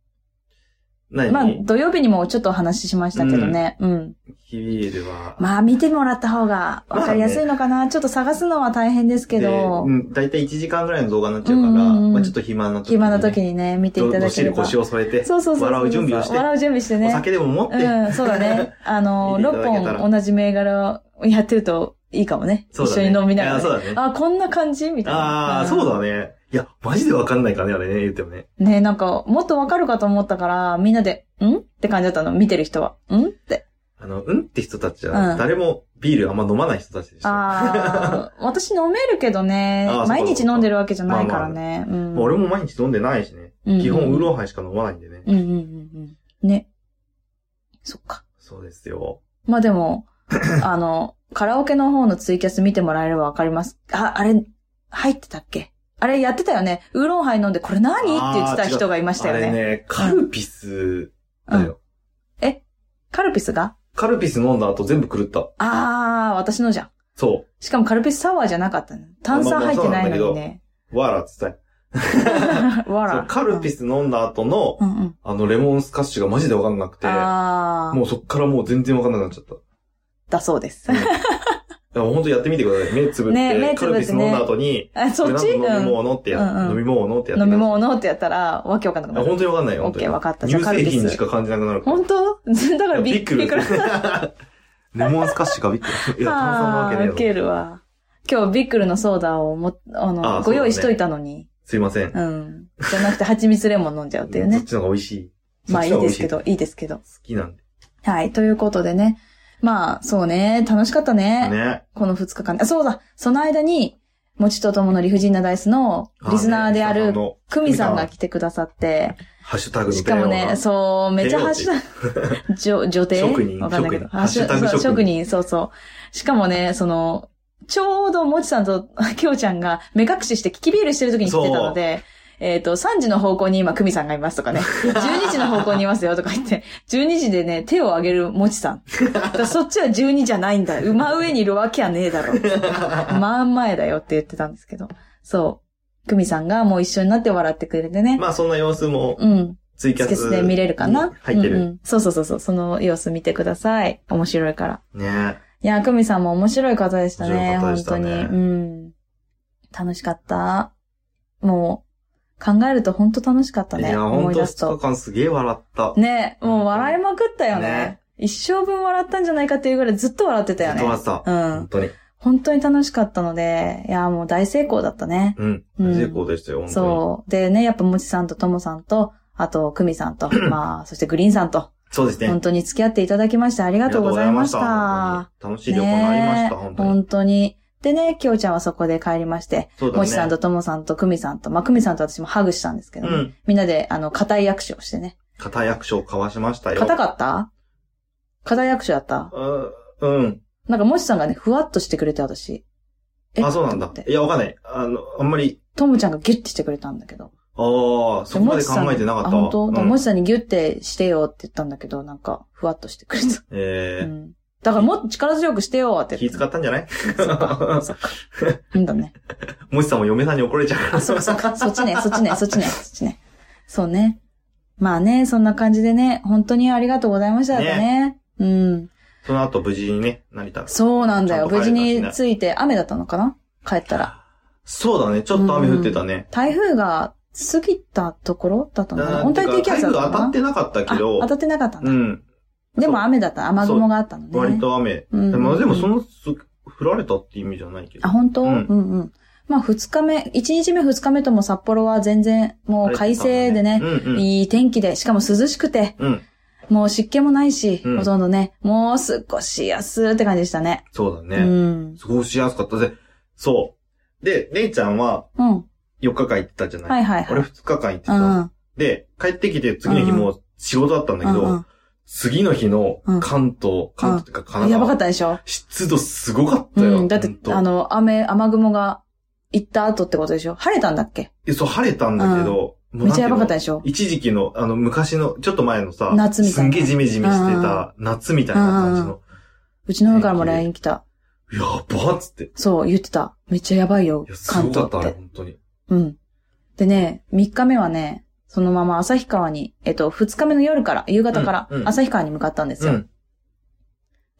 Speaker 1: 何
Speaker 2: まあ、土曜日にもちょっとお話ししましたけどね。うん。
Speaker 1: ヒビールは。
Speaker 2: まあ、見てもらった方が分かりやすいのかな。ちょっと探すのは大変ですけど
Speaker 1: で、うん、だいたい1時間ぐらいの動画になっちゃうから、
Speaker 2: うんうんうん
Speaker 1: まあちょっと暇な時にね、
Speaker 2: 暇な時にね、見てい
Speaker 1: ど
Speaker 2: た
Speaker 1: ど
Speaker 2: だ
Speaker 1: っ
Speaker 2: け
Speaker 1: し
Speaker 2: れ
Speaker 1: り
Speaker 2: ば。
Speaker 1: 腰
Speaker 2: そう
Speaker 1: を添えて、
Speaker 2: そうそうそう。
Speaker 1: 笑う準備をして
Speaker 2: 笑う準備して
Speaker 1: お
Speaker 2: ね。
Speaker 1: 酒でも持って、
Speaker 2: うん、そうだね。あ の、
Speaker 1: 見ていただけたら
Speaker 2: 6本同じ銘柄をやってるといいかもね。
Speaker 1: そうだ
Speaker 2: 一緒
Speaker 1: ね
Speaker 2: に飲みなが
Speaker 1: いやそう
Speaker 2: ら、
Speaker 1: だね。
Speaker 2: あ、こんな感じみたいな。
Speaker 1: ああ、そうだ
Speaker 2: ね。
Speaker 1: ね。いや、マジでわかんないからね、あれね、言ってもね。
Speaker 2: ねなんか、もっとわかるかと思ったから、みんなで、んって感じだったの、見てる人は。んって。
Speaker 1: あの、うんって人たちじゃ
Speaker 2: うん
Speaker 1: 誰もビールあんま飲まない人たちでした。
Speaker 2: あ あ、私飲めるけどね
Speaker 1: あーそうかそう。か
Speaker 2: 毎日飲んでるわけじゃないからね。うん
Speaker 1: まあ俺も毎日飲んでないしね。
Speaker 2: うん
Speaker 1: 基本ウーロンハイしか飲まないんでね。
Speaker 2: うんうんうんうん。ね。そっか。
Speaker 1: そうですよ。
Speaker 2: まあでも、あの、カラオケの方のツイキャス見てもらえればわかります。あ、あれ、入ってたっけあれやってたよね。ウーロンハイ飲んで、これ何って言ってた人がいました
Speaker 1: あ
Speaker 2: よ
Speaker 1: れ
Speaker 2: ね。
Speaker 1: ね、カルピスだよ。
Speaker 2: カルピスが
Speaker 1: カルピス飲んだ後全部狂った。
Speaker 2: ああ、私のじゃん。
Speaker 1: そ
Speaker 2: しかもカルピスサワーじゃなかったね。炭酸入ってないのにね。
Speaker 1: う。わらっつったよ
Speaker 2: わ
Speaker 1: そ
Speaker 2: ら
Speaker 1: う。カルピス飲んだ後の、
Speaker 2: うんうん。
Speaker 1: あの、レモンスカッシュがマジでわかんなくて、
Speaker 2: ああ
Speaker 1: も、うそっからもう全然わかんなくなっちゃった。
Speaker 2: だそうです。
Speaker 1: だから本当やってみてください。目つぶって、
Speaker 2: ね目つぶってね
Speaker 1: カルピス飲んだ後に、
Speaker 2: あそっち
Speaker 1: これなんか飲み
Speaker 2: うん
Speaker 1: 物ってや、
Speaker 2: うんうん
Speaker 1: 飲み物ってやって
Speaker 2: 飲み
Speaker 1: く
Speaker 2: 物ってやったら、わけわかんなく
Speaker 1: ださいや
Speaker 2: ないる。
Speaker 1: 本当にわかんないよ。
Speaker 2: オ
Speaker 1: 本
Speaker 2: ッ
Speaker 1: 当
Speaker 2: ケ
Speaker 1: に
Speaker 2: ー、わかった。じゃあ
Speaker 1: 乳
Speaker 2: カル
Speaker 1: 製
Speaker 2: ピ
Speaker 1: 品
Speaker 2: ス
Speaker 1: し。か感じなくなるから。
Speaker 2: 本当 だか
Speaker 1: い
Speaker 2: ら
Speaker 1: や
Speaker 2: び
Speaker 1: び
Speaker 2: っ
Speaker 1: っ
Speaker 2: く
Speaker 1: く
Speaker 2: り。
Speaker 1: り
Speaker 2: びっくり。
Speaker 1: レモンスカッシュがびっくり。いや、炭酸なわけねえ
Speaker 2: あ
Speaker 1: よ
Speaker 2: ーウケるわ。今日ビックルのソーダをも、あの、
Speaker 1: あー
Speaker 2: ご用意しといたのに。
Speaker 1: すいません。
Speaker 2: うん。じゃなくて蜂蜜レモン飲んじゃうっていう
Speaker 1: そっ
Speaker 2: ね。
Speaker 1: ちの方が美味しい。
Speaker 2: まあいいですけ
Speaker 1: そっ
Speaker 2: ど、いいですけど。
Speaker 1: ちの方が美味しい。好
Speaker 2: はい。ということでね。まあ、そうね。楽しかった
Speaker 1: きな
Speaker 2: ね。
Speaker 1: んで。ね。
Speaker 2: この2日間。あ、そうだ。その間に、もちとともの理不尽なダイスのリスナーであ
Speaker 1: あーねリ
Speaker 2: る
Speaker 1: スナーの
Speaker 2: クミさんが来てくださって、
Speaker 1: ハッシュタグの
Speaker 2: しかもね、
Speaker 1: そ
Speaker 2: そう、めっちゃハッシュタグ、 女、女帝
Speaker 1: 職人
Speaker 2: わかんないけど。
Speaker 1: 職人ハッシュタグ
Speaker 2: そう
Speaker 1: 職
Speaker 2: 職
Speaker 1: 人
Speaker 2: 人、そうそう。しかもね、その、ちょうどもちさんと きょうちゃんが目隠ししてキキビールしてる時に来てたので、えっ、と、3時の方向に今、クミさんがいます とかね、12時の方向にいますよとか言って、12時でね、手を上げるもちさん。だからそっちは12じゃないんだ。馬上にいるわけはねえだろ。真ん前だよって言ってたんですけど。そう。クミさんがもう一緒になって笑ってくれてね。
Speaker 1: まあそんな様子も
Speaker 2: うん。
Speaker 1: ツイキ
Speaker 2: ス
Speaker 1: ャ
Speaker 2: ケ
Speaker 1: ス
Speaker 2: スで見れるかな
Speaker 1: に入って
Speaker 2: うんう
Speaker 1: る。
Speaker 2: んそうそうそうそう、その様子見てください。面白いから。
Speaker 1: ね
Speaker 2: いやー、久美さんも面白い方でしたね、
Speaker 1: 面白い方で
Speaker 2: 本
Speaker 1: した
Speaker 2: 当
Speaker 1: ね
Speaker 2: に。うん。楽しかった。もう、考えると本当楽しかった
Speaker 1: い
Speaker 2: ね。
Speaker 1: や、ほ
Speaker 2: 思
Speaker 1: ん
Speaker 2: い
Speaker 1: と
Speaker 2: 出
Speaker 1: 2
Speaker 2: す
Speaker 1: 日
Speaker 2: と。
Speaker 1: 間すげえ笑った。
Speaker 2: ね、もう笑いまくったよね。
Speaker 1: ね
Speaker 2: 一生分笑ったんじゃないかっていうぐらいずっと笑ってたよね。
Speaker 1: ずっと笑ってた。
Speaker 2: う
Speaker 1: 本
Speaker 2: ん。
Speaker 1: 当に。
Speaker 2: 本当に楽しかったので、いやー、もう大成功だったね。
Speaker 1: うん。
Speaker 2: うん
Speaker 1: 成功でしたよ、本当に。
Speaker 2: そう。でね、やっぱもちさんとともさんと、あと、くみさ んと、まあ、そしてグリーンさんと、
Speaker 1: そうですね。
Speaker 2: 本当に付き合っていただきましてあり
Speaker 1: あ
Speaker 2: がとうございました。
Speaker 1: りがとうございました本当に楽しい旅行になりました、本
Speaker 2: ねえ
Speaker 1: 当に。
Speaker 2: 本当に。でね、きょうちゃんはそこで帰りまして、
Speaker 1: そうだね。
Speaker 2: もちさんとともさんとくみさんと、まあ、くみさんと私もハグしたんですけど、ね
Speaker 1: うん。
Speaker 2: みんなで、あの、固い握手をしてね。
Speaker 1: 肩役所を交わしましたよ。
Speaker 2: 硬かった硬い握手だった
Speaker 1: あうん。
Speaker 2: なんか、もちさんがね、ふわっとしてくれて、私。
Speaker 1: あ、そうなんだ
Speaker 2: と思っ。て
Speaker 1: いや、わかんない。あの、あんまり、
Speaker 2: ともちゃんがギュッてしてくれたんだけど。
Speaker 1: ああ、そこまで考えてなかった
Speaker 2: あ、
Speaker 1: わ。
Speaker 2: 本当だから
Speaker 1: うん
Speaker 2: もちさんにギュッてしてよって言ったんだけど、なんか、ふわっとしてくれた。
Speaker 1: え
Speaker 2: う
Speaker 1: ー
Speaker 2: んだからもっと力強くしてよって。
Speaker 1: 気使ったんじゃない
Speaker 2: そっか。そっか。うんだね。
Speaker 1: もしさんも嫁さんに怒られちゃうから。
Speaker 2: あ、そっかそっか。そっちね、そっちね、そっちね、そっちね。そうね。まあね、そんな感じでね、本当にありがとうございましたね。うん。
Speaker 1: その後無事にね、成田。
Speaker 2: そうなんだよ。
Speaker 1: ちゃん
Speaker 2: 無
Speaker 1: と帰れ
Speaker 2: 事
Speaker 1: たしね
Speaker 2: に着いて雨だったのかな帰ったら。
Speaker 1: そうだね、ちょっと雨降ってたね。
Speaker 2: 台風が過ぎたところだったのか
Speaker 1: あ
Speaker 2: な
Speaker 1: ー
Speaker 2: 温帯低気圧
Speaker 1: て
Speaker 2: だ
Speaker 1: か台風
Speaker 2: ったのか
Speaker 1: 当た
Speaker 2: な
Speaker 1: ってなかったけど
Speaker 2: あ、当たってなかったんだ。
Speaker 1: うん。
Speaker 2: でも雨だった。雨雲があったのね。
Speaker 1: 割と雨。
Speaker 2: うん
Speaker 1: まあでもその、す降られたって意味じゃないけど
Speaker 2: あ、。本当、う
Speaker 1: うん
Speaker 2: ん、うんうんまあ、二日目、一日目二日目とも札幌は全然、もう快晴でね、
Speaker 1: うんうん。
Speaker 2: いい天気で、しかも涼しくて、
Speaker 1: うん。
Speaker 2: もう湿気もないし、
Speaker 1: うん
Speaker 2: ほとんどね、もう少し安って感じでしたね。
Speaker 1: そうだ
Speaker 2: う
Speaker 1: ね。
Speaker 2: ん。
Speaker 1: 過ごしやすかったぜ。そう。で、れいちゃんは
Speaker 2: うん。
Speaker 1: 4日間行ってたじゃない。
Speaker 2: はいはい
Speaker 1: 俺
Speaker 2: はい。
Speaker 1: 2日間行って
Speaker 2: うんう
Speaker 1: た。
Speaker 2: ん。
Speaker 1: で、帰ってきて次の日もう仕事だったんだけ
Speaker 2: う
Speaker 1: ど、
Speaker 2: ん
Speaker 1: 次の日の関東、関東っていうか神
Speaker 2: うん。
Speaker 1: 奈
Speaker 2: や
Speaker 1: 川
Speaker 2: ばかっ。たでしょ
Speaker 1: 湿度すごかったよ。
Speaker 2: うん。だっ
Speaker 1: ほ
Speaker 2: て
Speaker 1: ん、と
Speaker 2: あの、雨、雨雲が行った後ってことでしょ晴れたんだっけ
Speaker 1: えそう、晴れたんだけど、もう
Speaker 2: めっちゃやばかっ
Speaker 1: なんて
Speaker 2: た
Speaker 1: いうの
Speaker 2: でしょ
Speaker 1: 一時期の、あの、昔の、ちょっと前のさ、
Speaker 2: 夏みたいな
Speaker 1: すんげえジメジメしてた、夏みたいな感じの、
Speaker 2: うちの上からも LINE 来た。
Speaker 1: やばっつって。い
Speaker 2: そう、言ってた。めっちゃやばいよ
Speaker 1: や、。す
Speaker 2: 関
Speaker 1: ごか
Speaker 2: 東
Speaker 1: った、
Speaker 2: っ
Speaker 1: あれ、
Speaker 2: て。
Speaker 1: 本当に。
Speaker 2: うん。でね、3日目はね、そのまま旭川に、えっと、2日目の夜から、夕方から
Speaker 1: うんう、ん
Speaker 2: 旭川に向かったんです
Speaker 1: う
Speaker 2: よ。
Speaker 1: ん。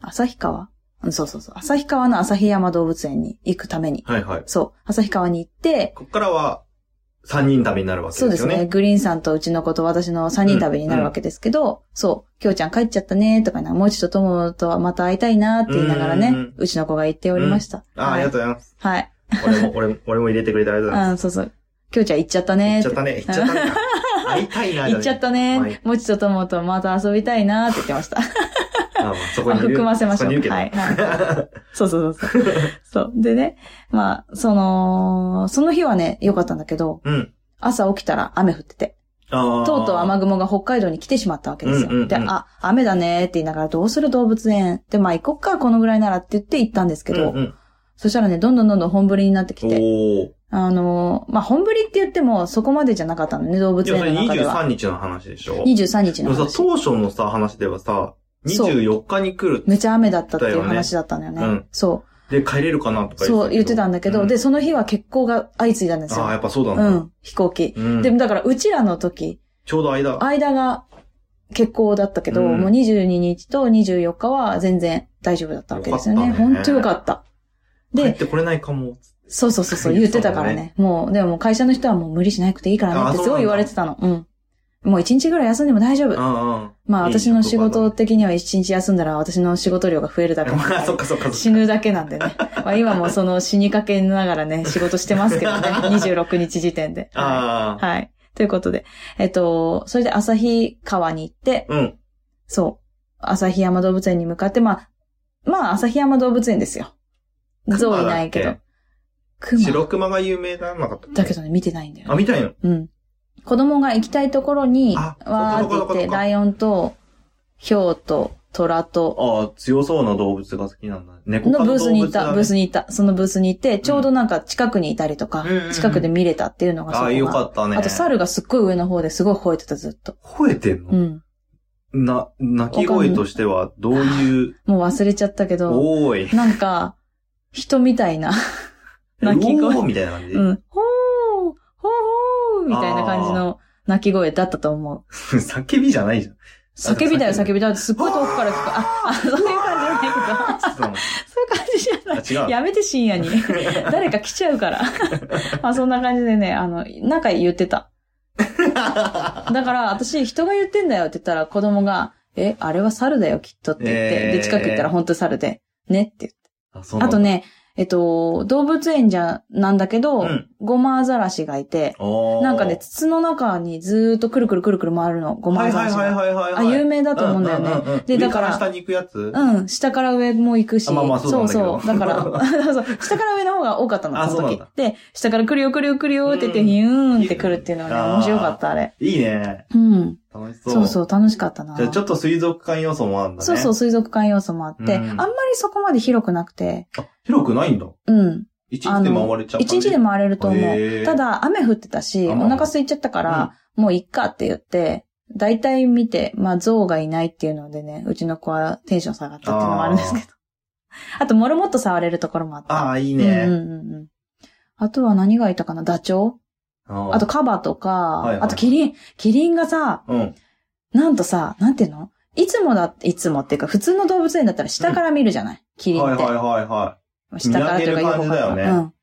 Speaker 2: 旭川うん、そうそうそう。旭川の旭山動物園に行くために。
Speaker 1: はいはい。
Speaker 2: そう。旭川に行って、
Speaker 1: こっからは、三人旅になるわけ
Speaker 2: そう
Speaker 1: で
Speaker 2: ですす
Speaker 1: よ
Speaker 2: ね。
Speaker 1: ね。
Speaker 2: グリーンさんとうちの子と私の3人旅になるわけですけど、そう、きょうちゃん帰っちゃったね、とかな、もうちょっと友とはまた会いたいな、って言いながらね、
Speaker 1: う
Speaker 2: うんちの子が言っておりました。
Speaker 1: ああ、あ
Speaker 2: は
Speaker 1: り
Speaker 2: い
Speaker 1: がとうございます。
Speaker 2: はい。
Speaker 1: 俺も、俺も、俺も入れてくれてありがとうございま
Speaker 2: うん、そうそう。きょうちゃん行っちゃったね
Speaker 1: す。
Speaker 2: ー
Speaker 1: 行
Speaker 2: っ
Speaker 1: ってちゃったね、行っちゃったね。会いたいな、
Speaker 2: 行っちゃったね。
Speaker 1: はい
Speaker 2: もちとともとまた遊びたいなって言ってました。
Speaker 1: た。あまあそこ
Speaker 2: まあ
Speaker 1: にいる。
Speaker 2: 含ませましょ。
Speaker 1: そこにいうるけど
Speaker 2: はい。はい。そうそうそうそう。そう。でね、まあ、その、その日はね、良かったんだけど、
Speaker 1: うん。
Speaker 2: 朝起きたら雨降ってて、
Speaker 1: ああ。
Speaker 2: とうとう雨雲が北海道に来てしまったわけですよ。
Speaker 1: うんうんうん
Speaker 2: で、あ、雨だねって言いながら、どうする動物園。で、まあ行こっか、このぐらいならって言って行ったんですけど、
Speaker 1: うんうん、
Speaker 2: そしたらね、どんどんどんどん本降りになってきて、
Speaker 1: おお。
Speaker 2: あのー、まあ本降りって言ってもそこまでじゃなかったのね、動物
Speaker 1: でもそれ
Speaker 2: 園の中では。
Speaker 1: 23日の話でしょ
Speaker 2: 23日
Speaker 1: で
Speaker 2: の
Speaker 1: もさ、
Speaker 2: 話。
Speaker 1: 当初のさ、話ではさ、
Speaker 2: そう
Speaker 1: 24日に来る
Speaker 2: めちゃ雨だったってい
Speaker 1: だ
Speaker 2: う
Speaker 1: よね
Speaker 2: 話だったんだよね。
Speaker 1: うん
Speaker 2: そう。
Speaker 1: で帰れるかなとか
Speaker 2: そう言ってたんだけど、
Speaker 1: うん
Speaker 2: で、その日は欠航が相次いだんです
Speaker 1: ああ、や
Speaker 2: よ。
Speaker 1: っぱそうだ
Speaker 2: う
Speaker 1: な。
Speaker 2: ん、飛行機。
Speaker 1: うん。
Speaker 2: でもだから、うちらの時、
Speaker 1: ちょうど間。
Speaker 2: 間が欠航だったけど、
Speaker 1: うん
Speaker 2: もう22日と24日は全然大丈夫だったわけですよ
Speaker 1: よ
Speaker 2: ね。
Speaker 1: かったね
Speaker 2: 本当よかった。
Speaker 1: 帰っ
Speaker 2: で、
Speaker 1: てこれないかも。
Speaker 2: そうそうそうそう、言ってたからね。もう、でももう会社の人はもう無理しなくていいからね
Speaker 1: あ
Speaker 2: って
Speaker 1: そうなん
Speaker 2: す
Speaker 1: だ
Speaker 2: ごい言われてたの。うん。もう一日ぐらい休んでも大丈夫。
Speaker 1: あ
Speaker 2: まあ
Speaker 1: いい
Speaker 2: 私の仕
Speaker 1: 職場だね
Speaker 2: 事的には一日休んだら私の仕事量が増えるだ
Speaker 1: あ。
Speaker 2: けなんで
Speaker 1: ま あ、そっかそっかそっか。
Speaker 2: 死ぬだけなんでね。まあ今もその死にかけなが らね、仕事してますけどね。26日時点で。は
Speaker 1: あ
Speaker 2: い。
Speaker 1: あ。
Speaker 2: はい。ということで。えっと、それで旭川に行って、
Speaker 1: うん。
Speaker 2: そう。旭山動物園に向かって、まあ、まあ旭山動物園ですよ。ゾウいないけど。熊
Speaker 1: 白熊が有名だなかったっ
Speaker 2: だけどね、見てないんだよ
Speaker 1: あ、
Speaker 2: ね。
Speaker 1: みたいの。
Speaker 2: うん。子供が行きたいところに、わ
Speaker 1: あ
Speaker 2: ー
Speaker 1: そっ
Speaker 2: って言っ
Speaker 1: かそっかそ
Speaker 2: て、
Speaker 1: っか
Speaker 2: ライオンと、ヒョウと、トラと、
Speaker 1: ああ、強そうな動物が好きなんだ。猫科
Speaker 2: のブースに行っ
Speaker 1: 動
Speaker 2: た、
Speaker 1: 物
Speaker 2: ブー
Speaker 1: だね
Speaker 2: スに行った、そのブースに行って、ちょうどなんか近くにいたりとか
Speaker 1: うんうんうん、
Speaker 2: 近くで見れたっていうのがそこ
Speaker 1: あ
Speaker 2: が
Speaker 1: あ、よかったね。
Speaker 2: あと、猿がすっごい上の方ですごい吠えてた、ずっと。
Speaker 1: 吠えてん
Speaker 2: う
Speaker 1: の
Speaker 2: ん。
Speaker 1: な、鳴き声としては、どういう、
Speaker 2: もう忘れちゃったけど、
Speaker 1: おーい、
Speaker 2: なんか、人みたいな鳴き
Speaker 1: うおー
Speaker 2: 声。
Speaker 1: みたいな感じ
Speaker 2: う。ん。ほー、ほーほー、みたいな感じの鳴き声だったと思う。
Speaker 1: 叫びじゃないじゃん。
Speaker 2: 叫びだよ、
Speaker 1: 叫
Speaker 2: 叫びだよ。すっごい遠くから聞く。あ、 あ、 そういう感じじゃないけど。そういう感じじゃな
Speaker 1: あ
Speaker 2: い。
Speaker 1: 違う。
Speaker 2: やめて深 夜に。誰か来ちゃうから。まあそんな感じでね、あの、なんか言ってた。だから私、人が言ってんだよって言ったら子供が、え、あれは猿だよきっとって言って、
Speaker 1: えー
Speaker 2: で、近く行ったら本当猿で、ねって言って。
Speaker 1: あ、そうな
Speaker 2: あ
Speaker 1: ん
Speaker 2: と
Speaker 1: だ。
Speaker 2: ね、えっと、動物園じゃ、なんだけど、
Speaker 1: うん
Speaker 2: ゴマアザラシがいて、
Speaker 1: おー
Speaker 2: なんかね、筒の中にずーっとくるくるくるくる回るの、ゴマ
Speaker 1: は
Speaker 2: ア
Speaker 1: い
Speaker 2: ザ
Speaker 1: は
Speaker 2: ラ
Speaker 1: い
Speaker 2: シ
Speaker 1: はい
Speaker 2: が。
Speaker 1: はいはい
Speaker 2: あ、
Speaker 1: はい。
Speaker 2: 有名だと思うんだよね。
Speaker 1: うううん
Speaker 2: でだから
Speaker 1: 上ら下に行くやつ
Speaker 2: うん、下から上も行くし。
Speaker 1: あまあまあそうなんだけど
Speaker 2: そうそう。だから、 そうそう下から上の方が多かったの、
Speaker 1: あ
Speaker 2: そ
Speaker 1: そ
Speaker 2: の
Speaker 1: う
Speaker 2: 時
Speaker 1: なんだ。
Speaker 2: で、下から来るよ来るよ来るよって言って、
Speaker 1: うん
Speaker 2: ヒューンって来るっていうのはね、
Speaker 1: あー
Speaker 2: 面白かった、あれ。
Speaker 1: いいね。
Speaker 2: うん。
Speaker 1: 楽しそう。
Speaker 2: そうそう、楽しかったな。
Speaker 1: じゃあちょっと水族館要素もあるんだね。
Speaker 2: そうそう、水族館要素もあって、あ
Speaker 1: うんん
Speaker 2: まりそこまで広くなくて、
Speaker 1: あ広くないんだ。
Speaker 2: うん。
Speaker 1: 一日で回れちゃう感
Speaker 2: 一
Speaker 1: じ。
Speaker 2: 日で回れると思
Speaker 1: へ
Speaker 2: う。
Speaker 1: ー
Speaker 2: ただ、雨降ってたし、
Speaker 1: あ
Speaker 2: お
Speaker 1: まあ
Speaker 2: 腹空いちゃったから、もういっかって言って、大体見て、まあ、象がいないっていうのでね、うちの子はテンション下がったっていうのもあるんですけど。 あと、モルモット触れるところもあった。
Speaker 1: ああ、いい
Speaker 2: うん
Speaker 1: ね。
Speaker 2: うんうんうん。あとは何がいたかなダチョウ
Speaker 1: あ
Speaker 2: あと
Speaker 1: と、
Speaker 2: カバとか、
Speaker 1: いはい
Speaker 2: あとキリン。キリンがさ、
Speaker 1: うん。
Speaker 2: なんとさ、なんていうのいつもだって、いつもっていうか、普通の動物園だったら下から見るじゃない、キリン
Speaker 1: はい
Speaker 2: っ
Speaker 1: はい
Speaker 2: て。
Speaker 1: はいは
Speaker 2: 下からというか、
Speaker 1: 見上げる感じだよね
Speaker 2: 横からうん。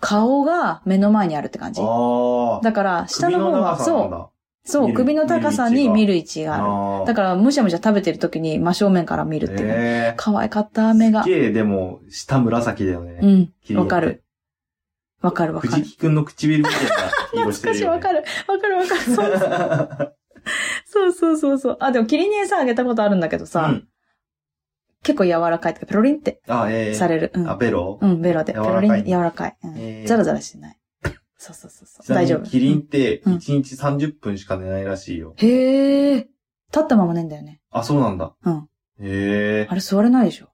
Speaker 2: 顔が目の前にあるって感
Speaker 1: い。
Speaker 2: じ。
Speaker 1: ああ。
Speaker 2: だから、下の方は、そう、
Speaker 1: う。
Speaker 2: そう、
Speaker 1: 見る
Speaker 2: 首の高さに見
Speaker 1: 見
Speaker 2: る位置があ
Speaker 1: あ
Speaker 2: る。
Speaker 1: あ。
Speaker 2: だから、むしゃむしゃ食べてる時に真正面から見るっていう。
Speaker 1: ええ。
Speaker 2: 可愛かった、目が
Speaker 1: す。げえ、でも、下紫だよ
Speaker 2: う
Speaker 1: ね。
Speaker 2: ん。
Speaker 1: キリン
Speaker 2: わかる。。わかるわか
Speaker 1: 藤
Speaker 2: る。
Speaker 1: 木くんの唇みたいな色
Speaker 2: 懐
Speaker 1: して
Speaker 2: か
Speaker 1: る
Speaker 2: しい、わ
Speaker 1: よね。
Speaker 2: かる。わかるわかる。そう
Speaker 1: る。
Speaker 2: そうそうそうそう。あ、でもキリンに餌あげたことあるんだけどさ、
Speaker 1: うん。
Speaker 2: 結構柔らかいとか、ペロリンって
Speaker 1: あ、ええ。
Speaker 2: される。う
Speaker 1: あ、
Speaker 2: ん。
Speaker 1: ベロ
Speaker 2: うん、ベロで。ペ
Speaker 1: 柔らか
Speaker 2: ロ
Speaker 1: い
Speaker 2: リン、柔らかい。うん
Speaker 1: えー
Speaker 2: ザラザラしてない。そうそうそうそう。
Speaker 1: ちな
Speaker 2: 大
Speaker 1: み
Speaker 2: 丈
Speaker 1: に
Speaker 2: 夫。
Speaker 1: キリンって、
Speaker 2: うん
Speaker 1: 1日30分しか寝ないらしいよ。
Speaker 2: へえ。立ったままねんだよね。
Speaker 1: あ、そうなんだ。
Speaker 2: うん。
Speaker 1: へえ
Speaker 2: あ。れ座れないでしょ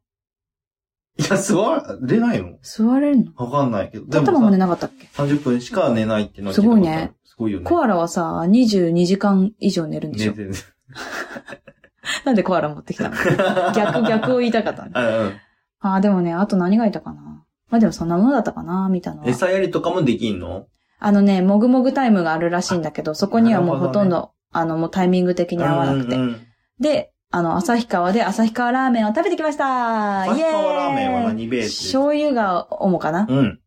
Speaker 1: いや、座れないの
Speaker 2: 座れるの
Speaker 1: わかんないけど。
Speaker 2: 立ったまま寝なかったっけ
Speaker 1: 30分しか寝ないっていうのは
Speaker 2: す
Speaker 1: 聞いた
Speaker 2: ご
Speaker 1: こ
Speaker 2: い
Speaker 1: とある
Speaker 2: ね。
Speaker 1: すごいよね。
Speaker 2: コアラはさ、22時間以上寝るんでし
Speaker 1: 寝
Speaker 2: ょ
Speaker 1: てる。
Speaker 2: なんでコアラ持ってきたの逆、逆を言いたかったの。
Speaker 1: あうん
Speaker 2: あー、でもね、あと何がいたかな。まあでもそんなものだったかな、みたいなのは。
Speaker 1: 餌やりとかもできんの
Speaker 2: あのね、もぐもぐタイムがあるらしいんだけど、そこにはも
Speaker 1: な
Speaker 2: う
Speaker 1: る
Speaker 2: ほ
Speaker 1: ほ
Speaker 2: と
Speaker 1: ど
Speaker 2: ん
Speaker 1: ね
Speaker 2: ど、あの、もうタイミング的に合わなくて。
Speaker 1: うんうん
Speaker 2: で、あの、旭川で旭川ラーメンを食べてきましたイ
Speaker 1: 旭
Speaker 2: エーイ
Speaker 1: 川ラーメンは何ベース
Speaker 2: 醤油が主かな、
Speaker 1: うん。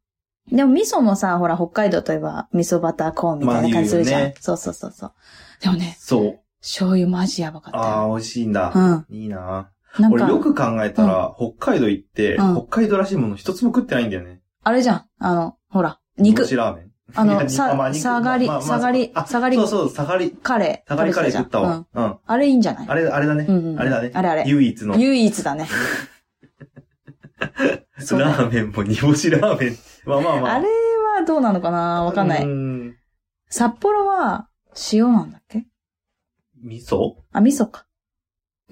Speaker 2: でも味噌もさ、ほら、北海道といえば味噌バターコーンみたいな感じするじゃん。
Speaker 1: まあ言うよね
Speaker 2: そうそうそうそう。でもね、
Speaker 1: そう。
Speaker 2: 醤油マジやばかった
Speaker 1: あ
Speaker 2: よ。
Speaker 1: あ、美味しいんだ。
Speaker 2: う
Speaker 1: いいな。
Speaker 2: なん
Speaker 1: 俺よ
Speaker 2: か、
Speaker 1: く考えたら、北海道行って、
Speaker 2: うん
Speaker 1: 北海道らしいもの一つも食ってないんだよね。
Speaker 2: あれじゃん。あの、ほら、
Speaker 1: 煮干
Speaker 2: 肉
Speaker 1: し。ラーメン。
Speaker 2: あ
Speaker 1: い やま
Speaker 2: の、
Speaker 1: あまあ
Speaker 2: さ、
Speaker 1: 肉
Speaker 2: 下がり、
Speaker 1: まあまあ
Speaker 2: 下がり、
Speaker 1: あ
Speaker 2: 下がり
Speaker 1: そうそう、下がり、
Speaker 2: カレー。
Speaker 1: 下がりカレー食った
Speaker 2: う
Speaker 1: わ
Speaker 2: ん。
Speaker 1: うん。
Speaker 2: あれいいんじゃない
Speaker 1: あれ、あれだね
Speaker 2: うんう。ん
Speaker 1: あれだね。
Speaker 2: あれあれ
Speaker 1: 唯一の。
Speaker 2: 唯一だね。そうだ
Speaker 1: ラーメンも煮干しラーメン。まあまあまあ。
Speaker 2: あれはどうなのかなわかんな
Speaker 1: う
Speaker 2: い。
Speaker 1: ん
Speaker 2: 札幌は塩なんだっけ
Speaker 1: 味噌
Speaker 2: あ、味噌か。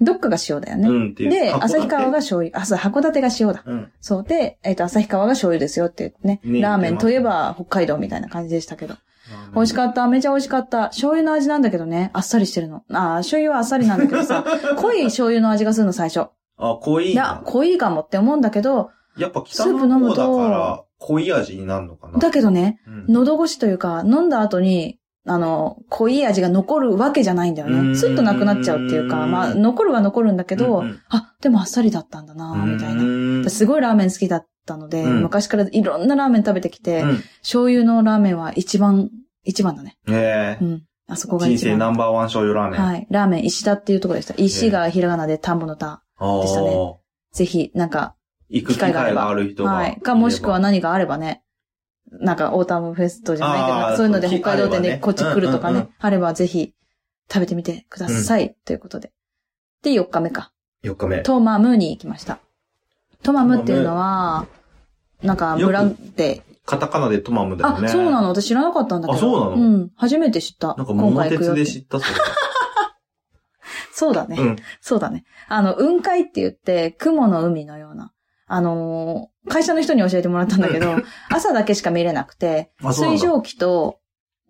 Speaker 2: どっかが塩だよ
Speaker 1: う
Speaker 2: ね。
Speaker 1: んっていう。
Speaker 2: で、
Speaker 1: 函館
Speaker 2: 旭川が。醤油。あ、そう、函館が塩だ。
Speaker 1: うん。
Speaker 2: そう。で、えっ、と、旭川が醤油ですよってね。
Speaker 1: ね
Speaker 2: ラーメンといえば北海道みたいな感じでしたけど。美味し
Speaker 1: っ
Speaker 2: かった。めちゃ美味しかった。醤油の味なんだけどね。あっさりしてるの。あー醤油はあっさりなんだけどさ。濃い醤油の味がするの、最初。
Speaker 1: た。あ、濃い
Speaker 2: いや
Speaker 1: な、。
Speaker 2: 濃いかもって思うんだけど、
Speaker 1: やっぱ
Speaker 2: ス
Speaker 1: 北
Speaker 2: ープ
Speaker 1: の
Speaker 2: 飲む
Speaker 1: 方だ
Speaker 2: と
Speaker 1: から、濃い味になるのかな。
Speaker 2: だけどね、
Speaker 1: うん
Speaker 2: 喉越しというか、飲んだ後に、あの、濃い味が残るわけじゃないんだよ
Speaker 1: うー
Speaker 2: ね。
Speaker 1: ん
Speaker 2: スッとなくなっちゃうっていうか、まあ、残るは残るんだけど、
Speaker 1: うんうん
Speaker 2: あ、でもあっさりだったんだなみたいな。
Speaker 1: な
Speaker 2: すごいラーメン好きだったので、
Speaker 1: うん
Speaker 2: 昔からいろんなラーメン食べてきて、醤油のラーメンは一番、一番だね。
Speaker 1: ええ。
Speaker 2: うん。あそこが
Speaker 1: 人
Speaker 2: 一
Speaker 1: 生
Speaker 2: 番。
Speaker 1: ナンバーワン醤油ラーメン。い。
Speaker 2: はい。ラーメン石田っていうところでした。石がひらがなで田んぼの田。でしたねぜひ、なんか、
Speaker 1: 行く機会がある人が。
Speaker 2: はい。か、もしくは
Speaker 1: ね。
Speaker 2: 何かあればね、なんか、オータムフェストじゃないけど
Speaker 1: あー
Speaker 2: なんか、そういうので
Speaker 1: そう
Speaker 2: 北海道店
Speaker 1: あれば
Speaker 2: で
Speaker 1: ね
Speaker 2: こっち来るとか
Speaker 1: うんうん
Speaker 2: ね、あればぜひ食べてみてください。ということで。で、4日目か。
Speaker 1: 4日目。
Speaker 2: トマムに行きました。トマムっていうのは、なんか、村で、
Speaker 1: カタカナでトマムだよね。
Speaker 2: あ、そうなの私知らなかったんだけど。
Speaker 1: あそうなの
Speaker 2: うん。初めて知った。
Speaker 1: なんか
Speaker 2: 今
Speaker 1: 桃
Speaker 2: 回行く
Speaker 1: 鉄
Speaker 2: よ
Speaker 1: で知ったそう
Speaker 2: そうだね。
Speaker 1: だ。うん。
Speaker 2: そうだね。あの、雲海って言って、雲の海のような。あのー会社の人に教えてもらったんだけど、 朝だけしか見れなくて、
Speaker 1: あそうなん
Speaker 2: 水
Speaker 1: だ
Speaker 2: 蒸気と、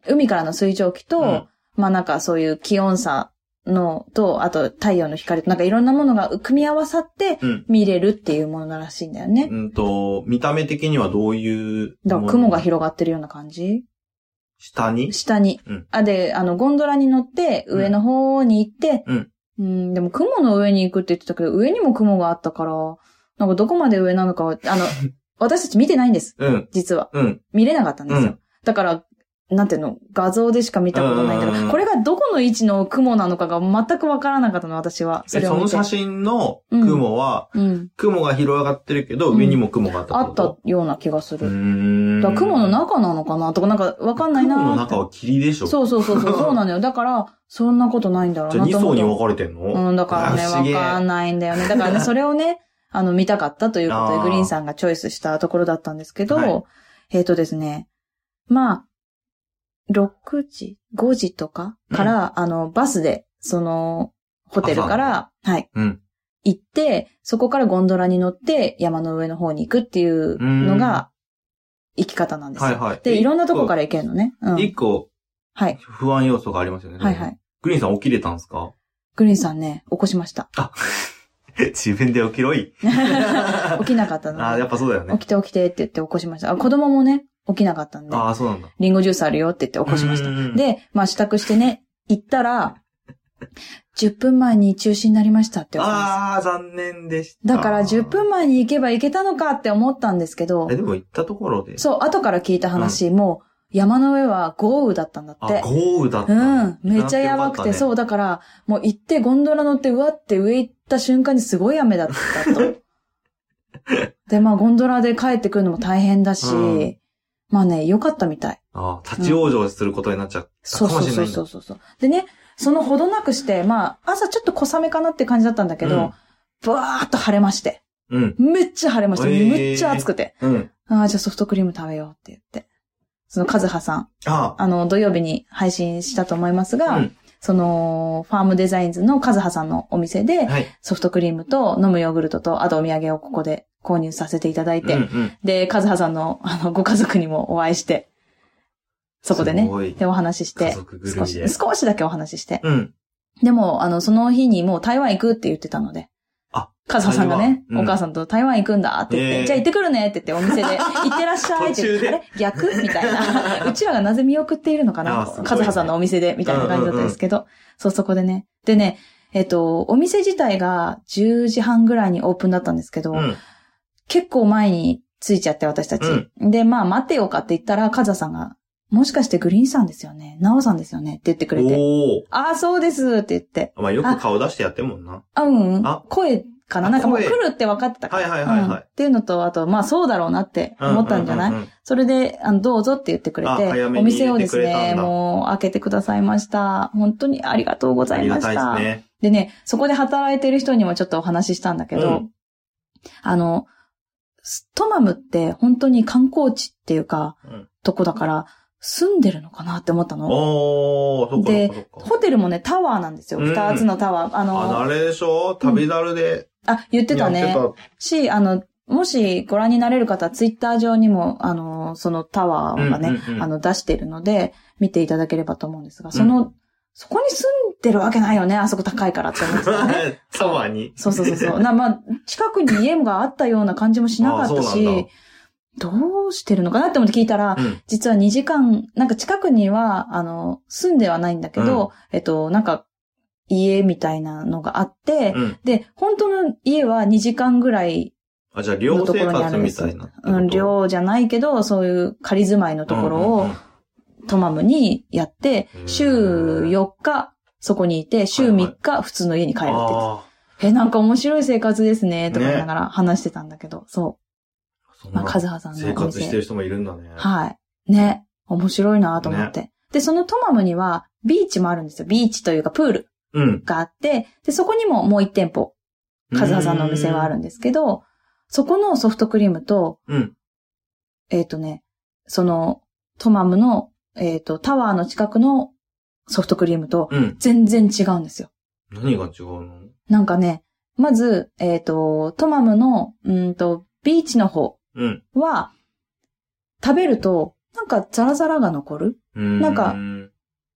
Speaker 2: 海からの水蒸気と、
Speaker 1: うん
Speaker 2: まあなんかそういう気温差の、と、あと太陽の光と、なんかいろんなものが組み合わさって
Speaker 1: うん
Speaker 2: 見れるっていうものらしいんだよね。
Speaker 1: うんと、見た目的にはどういう。
Speaker 2: だから雲が広がってるような感じ
Speaker 1: 下に
Speaker 2: 下に。
Speaker 1: うん
Speaker 2: あ、で、あの、ゴンドラに乗って、上の方に行って、
Speaker 1: うん
Speaker 2: うんでも雲の上に行くって言ってたけど、上にも雲があったから、なんかどこまで上なのかは、 あの、私たち見てないんです、
Speaker 1: うん。
Speaker 2: 実は。
Speaker 1: うん。
Speaker 2: 見れなかったんですよ。
Speaker 1: うん
Speaker 2: だから、なんていうの、画像でしか見たことないんだけ
Speaker 1: うんうんう
Speaker 2: ど、
Speaker 1: ん
Speaker 2: これがどこの位置の雲なのかが全くわからなかったの、私は。そ
Speaker 1: え
Speaker 2: れを
Speaker 1: そ
Speaker 2: 見
Speaker 1: の
Speaker 2: て。
Speaker 1: 写真の雲は、
Speaker 2: うん。
Speaker 1: 雲が広がってるけど、
Speaker 2: うん
Speaker 1: 上にも雲があった
Speaker 2: あ
Speaker 1: こ
Speaker 2: っ
Speaker 1: と
Speaker 2: たような気がする。
Speaker 1: うーん。
Speaker 2: だから雲の中なのかなとか、なんかわかんないなー
Speaker 1: 雲の
Speaker 2: って
Speaker 1: 中は霧でしょ
Speaker 2: そうそうそうそう、そうなのよ。だから、そんなことないんだろう
Speaker 1: じゃ
Speaker 2: な
Speaker 1: あ2
Speaker 2: と思
Speaker 1: 層
Speaker 2: って
Speaker 1: に分かれてんの
Speaker 2: うん、だからね、
Speaker 1: あ不思議
Speaker 2: わかんないんだよね。だ からね、それをね、あの、見たかったということ
Speaker 1: あ
Speaker 2: で、
Speaker 1: ー
Speaker 2: グリーンさんがチョイスしたところだったんですけど、
Speaker 1: はい
Speaker 2: えっ、とですね、まあ、6時、5時とかから、あの、バスで、その、ホテルから、はい、
Speaker 1: うん
Speaker 2: 行って、そこからゴンドラに乗って、山の上の方に行くっていうのが、行き方なんですよ。
Speaker 1: はいはい。。
Speaker 2: で、いろんなとこからら行けるのね。うん。
Speaker 1: 一個
Speaker 2: はい。
Speaker 1: 不安要素がありますよね。
Speaker 2: はいはい。
Speaker 1: グリーンさん起きれたんですか
Speaker 2: グリーンさんね、起こしました。
Speaker 1: 自分で起きろ い。
Speaker 2: 起きなかった
Speaker 1: あ
Speaker 2: の
Speaker 1: あ、
Speaker 2: で、
Speaker 1: やっぱそうだよね
Speaker 2: 起。きて起きてって言って起こしました。あ子供もね、起きなかったんで、
Speaker 1: ああ、そうなんだ。
Speaker 2: リンゴジュースあるよって言って起こしました。
Speaker 1: た
Speaker 2: で、まあ、支度してね、行ったら、10分前に中止になりましたって言われます。
Speaker 1: ああ、残念でした。
Speaker 2: だから10分前に行けば行けたのかって思ったんですけど
Speaker 1: え、、でも行ったところで。
Speaker 2: そう、後から聞いた話、もう山の上は豪雨だったんだっ
Speaker 1: あ、
Speaker 2: て。
Speaker 1: 豪雨だった
Speaker 2: う
Speaker 1: の。
Speaker 2: ん。。めっちゃやばくて、そうう、だから、もう行ってゴンドラ乗って、うわって上行った瞬間にすごい雨だっ たと。で、まあ、ゴンドラで帰ってくるのも大変だし、
Speaker 1: うん
Speaker 2: まあね、良かったみたい。
Speaker 1: ああ、立ち往生することになっちゃったか
Speaker 2: そう
Speaker 1: も
Speaker 2: そう
Speaker 1: しれない
Speaker 2: そ
Speaker 1: うね。
Speaker 2: そうそうそう。でね、そのほどなくして、まあ、朝ちょっと小雨かなって感じだったんだけど、ブワーっと晴れまして。
Speaker 1: うん。
Speaker 2: めっちゃ晴れました。
Speaker 1: えー
Speaker 2: めっちゃ暑くて。
Speaker 1: うん。
Speaker 2: ああ、じゃあソフトクリーム食べようって言って。その、カズハさん。
Speaker 1: あ
Speaker 2: あの、土曜日に配信したと思いますが、
Speaker 1: うん
Speaker 2: その、ファームデザインズのカズハさんのお店
Speaker 1: あ、
Speaker 2: で、
Speaker 1: はい。
Speaker 2: ソフトクリームと飲むヨーグルトと、あとお土産をここで購入させていただいて、
Speaker 1: うんうん
Speaker 2: で、カズハさんの、あの、ご家族にもお会いして、そこでね
Speaker 1: すごい、
Speaker 2: で、お話しし
Speaker 1: 家
Speaker 2: て、
Speaker 1: 族ぐる
Speaker 2: 少
Speaker 1: みで
Speaker 2: し、。少しだけお話しして、
Speaker 1: うん。
Speaker 2: でも、あの、その日にもう台湾行くって言ってたので、
Speaker 1: あ、
Speaker 2: カズハさんがね、
Speaker 1: 台湾うん
Speaker 2: お母さんと台湾行くんだって言って、
Speaker 1: えー
Speaker 2: じゃあ行ってくるねって言ってお 店で、行ってらっしゃいって言
Speaker 1: 途中
Speaker 2: って、
Speaker 1: で
Speaker 2: あれ逆みたい な。うちらがなぜ見送っているのかな
Speaker 1: あーすごいね
Speaker 2: カズハさんのお店で、みたいな感じだったんですけど、そう、そこでね。でね、えっと、お店自体が10時半ぐらいにオープンだったんですけど、
Speaker 1: うん。
Speaker 2: 結構前に着いちゃって私たち。で、まあ待ってようかって言ったら、カズハさんが、もしかしてグリーンさんですよね、ナオさんですよねって言ってくれて、
Speaker 1: お
Speaker 2: ああ、そうですって言って、
Speaker 1: お。まあ、よく顔出してやってんもんな。
Speaker 2: あ、うんうん
Speaker 1: あ。
Speaker 2: 声、かな。なんかもう
Speaker 1: 声
Speaker 2: 来るって分かってたか
Speaker 1: はい
Speaker 2: ら。
Speaker 1: はいはい
Speaker 2: うん
Speaker 1: は
Speaker 2: っ
Speaker 1: い。
Speaker 2: ていうのと、あと、まあそうだろうなって思ったんじゃない、
Speaker 1: ううううん
Speaker 2: それで、あの、どうぞって言ってくれ
Speaker 1: あ
Speaker 2: て、
Speaker 1: 早め
Speaker 2: お
Speaker 1: に
Speaker 2: 店をです
Speaker 1: 入れてくれた
Speaker 2: ね、
Speaker 1: んだ
Speaker 2: もう開けてくださいました。本当にありがとうござ
Speaker 1: あ
Speaker 2: い
Speaker 1: り
Speaker 2: ま
Speaker 1: が
Speaker 2: した
Speaker 1: いですね。
Speaker 2: でね、そこで働いてる人にもちょっとお話ししたんだけど、
Speaker 1: うん
Speaker 2: あの、ストマムって本当に観光地っていうか、
Speaker 1: うん
Speaker 2: とこだから、住んでるのかなって思ったの。
Speaker 1: おー、そっか
Speaker 2: で
Speaker 1: そっかそっか。
Speaker 2: ホテルもね、タワーなんですよ。
Speaker 1: うん
Speaker 2: 二、つのタワー。あの、
Speaker 1: あ、
Speaker 2: あ
Speaker 1: あれでしょ旅だるで。
Speaker 2: 言ってた
Speaker 1: やっ。
Speaker 2: ね
Speaker 1: て
Speaker 2: し、あの、もしご覧になれる方は、ツイッター上にも、あの、そのタワ
Speaker 1: た
Speaker 2: ーがね、
Speaker 1: うんうんうん
Speaker 2: あの、出してるので、見ていただければと思うんですが、その、そこに住んでるわけないよね、あそこ高いからって思ってたね。
Speaker 1: サワーに。
Speaker 2: そうそうそうそう。な、まあ、近くに家があったような感じもしなかった
Speaker 1: あそうなん
Speaker 2: し、どうしてるのかなって思って聞いたら、
Speaker 1: うん
Speaker 2: 実は2時間、なんか近くには、あの、住んではないんだけど、えっと、なんか、家みたいなのがあって、
Speaker 1: うん。
Speaker 2: で、本当の家は2時間ぐらい、
Speaker 1: あ、じゃあ、寮生活みたいな。
Speaker 2: うん、寮じゃないけど、そういう仮住まいのところを、トマムにやって
Speaker 1: う、ん
Speaker 2: 週4日、そこにいて、週3日、普通の家に帰るって言ってた
Speaker 1: あ
Speaker 2: え、なんか面白い生活ですね、とか言いながら話してたんだけど、そ。
Speaker 1: あー、そうん
Speaker 2: ま
Speaker 1: な
Speaker 2: あ、カズハさんのお
Speaker 1: 生
Speaker 2: 店。
Speaker 1: 活してる人もいるんだね。
Speaker 2: はい。ね。面白いなと思って、で、そのトマムにはビーチもあるんですよ。ビーチというかプール
Speaker 1: うん。
Speaker 2: があって、で、そこにももう一店舗、カズハさんのお店はあるんですけど、そこのソフトクリームと、
Speaker 1: うん。
Speaker 2: えっ、とね、そのトマムの、えっ、と、タワーの近くのソフトクリームと
Speaker 1: うん。
Speaker 2: 全然違うんですよ。
Speaker 1: 何が違うの
Speaker 2: なんかね、まず、えっ、と、トマムの、うんと、ビーチの方
Speaker 1: うん。
Speaker 2: は、食べると、なんかザラザラが残る。
Speaker 1: なん
Speaker 2: か
Speaker 1: う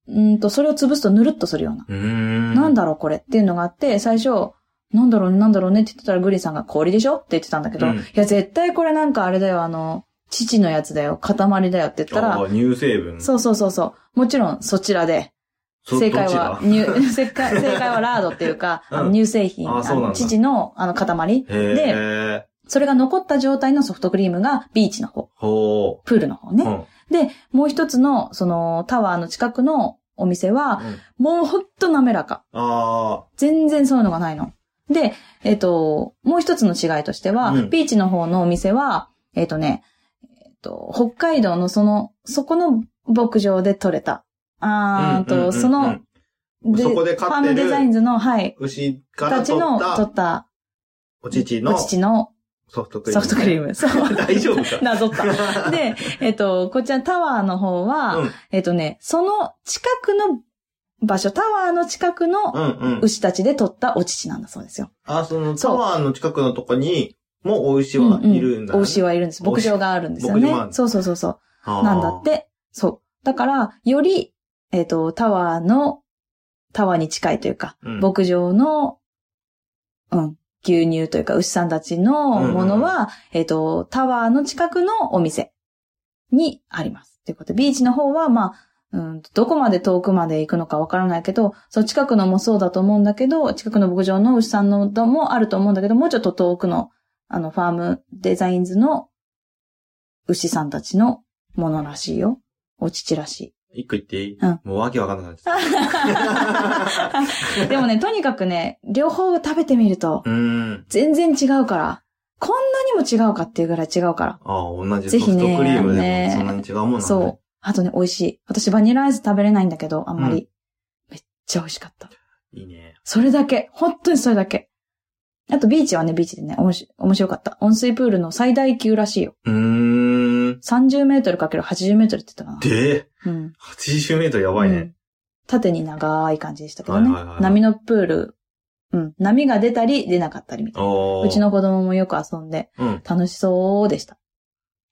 Speaker 2: うんと、それを潰すとぬるっとするような。
Speaker 1: ーん。
Speaker 2: なんだろうこれっていうのがあって、最初、なんだろうね、なんだろうねって言ってたらグリさんが氷でしょって言ってたんだけど、
Speaker 1: うん
Speaker 2: いや、絶対これなんかあれだよ、あの、父のやつだよ、塊だよって言った
Speaker 1: あー
Speaker 2: ら、
Speaker 1: 乳成分。
Speaker 2: そうそうそうそう、もちろんそちらで、
Speaker 1: そ
Speaker 2: 正解は、
Speaker 1: どち
Speaker 2: 乳 正解正解はラードっていうか、あ の
Speaker 1: うん
Speaker 2: 乳製品、
Speaker 1: あそうなんだ
Speaker 2: あの父のあの塊、
Speaker 1: らへで、
Speaker 2: それが残った状態のソフトクリームがビーチの方、
Speaker 1: ほ
Speaker 2: プールの方ね。
Speaker 1: う。うん。
Speaker 2: で、もう一つの、その、タワーの近くのお店は、
Speaker 1: うん
Speaker 2: もうほんと滑らか。
Speaker 1: あ
Speaker 2: 全然そういうのがないの。で、えっ、と、もう一つの違いとしては、
Speaker 1: うん
Speaker 2: ビーチの方のお店は、えっ、とね、えっと、北海道のその、そこの牧場で取れた。
Speaker 1: あ。
Speaker 2: あー
Speaker 1: うんうんうんう
Speaker 2: と、
Speaker 1: ん
Speaker 2: その、、
Speaker 1: そこで
Speaker 2: ファー
Speaker 1: 飼って
Speaker 2: ム
Speaker 1: る
Speaker 2: デザインズの、はい、
Speaker 1: 牛から
Speaker 2: たち
Speaker 1: 取
Speaker 2: の
Speaker 1: っ
Speaker 2: 取
Speaker 1: た
Speaker 2: った、
Speaker 1: お乳
Speaker 2: お
Speaker 1: の
Speaker 2: 乳の
Speaker 1: ソフトクリー
Speaker 2: ソ
Speaker 1: ム。
Speaker 2: フトクリ ーム。そう。
Speaker 1: 大丈夫か
Speaker 2: なぞった。
Speaker 1: で、
Speaker 2: で、えっ、と、こちらタワーの方は、
Speaker 1: うん
Speaker 2: えっとね、その近くの場所、タワーの近く
Speaker 1: う
Speaker 2: の
Speaker 1: んうん。
Speaker 2: 牛たちで取ったお乳なんだそうですよ。
Speaker 1: あ、その、
Speaker 2: そ
Speaker 1: タ
Speaker 2: う
Speaker 1: ワーの近くのとこに、もうお牛はいるんだ、ね
Speaker 2: お牛はいるんです。牧場があるんですよ
Speaker 1: 牧場がある
Speaker 2: ね。そうそうそうそう。
Speaker 1: あー
Speaker 2: なんだっ。て。そう。だから、より、えっ、と、タワーの、タワーに近いというか、
Speaker 1: うん
Speaker 2: 牧場の、うん、牛乳というか牛さんたちのものは、えっ、と、タワーの近くのお店にあります。ということで、ビーチの方は、まあ、うん、どこまで遠くまで行くのかわからないけど、そう、近くのもそうだと思うんだけど、近くの牧場の牛さんのもあると思うんだけど、もうちょっと遠くの、あの、ファームデザインズの牛さんたちのものらしいよ。お乳らしい。
Speaker 1: 一個言っていい、
Speaker 2: うん
Speaker 1: もうわけわかんなくなっちゃった。
Speaker 2: でもね、とにかくね、両方食べてみると、
Speaker 1: うーん。
Speaker 2: 全然違うから。こんなにも違うかっていうぐらい違うか
Speaker 1: ああ、同じ
Speaker 2: ぜ
Speaker 1: ソ
Speaker 2: ひ
Speaker 1: フ
Speaker 2: ね
Speaker 1: トクリームで
Speaker 2: ね
Speaker 1: もそんなに違うもんなんだ、
Speaker 2: ら。
Speaker 1: ね。
Speaker 2: そう。あとね、美味しい。私バニラアイス食べれないんだけど、あんまり。
Speaker 1: う
Speaker 2: めっちゃ美味しかった。
Speaker 1: いいね。
Speaker 2: それだけ。本当にそれだけ。あとビーチはね、ビーチでね、おもし面白かった。温水プールの最大級らしいよ。
Speaker 1: うーん。
Speaker 2: 30メートルかける80メートルって言ってたか
Speaker 1: で、
Speaker 2: な。うん。
Speaker 1: 80メートルやばい
Speaker 2: うん
Speaker 1: ね。
Speaker 2: 縦に長い感じでしたけどね。
Speaker 1: はいはいはい
Speaker 2: 波のプール。うん。波が出たり出なかったりみたいな。
Speaker 1: おー
Speaker 2: うち、の子供もよく遊んで
Speaker 1: うん。
Speaker 2: 楽しそうでした。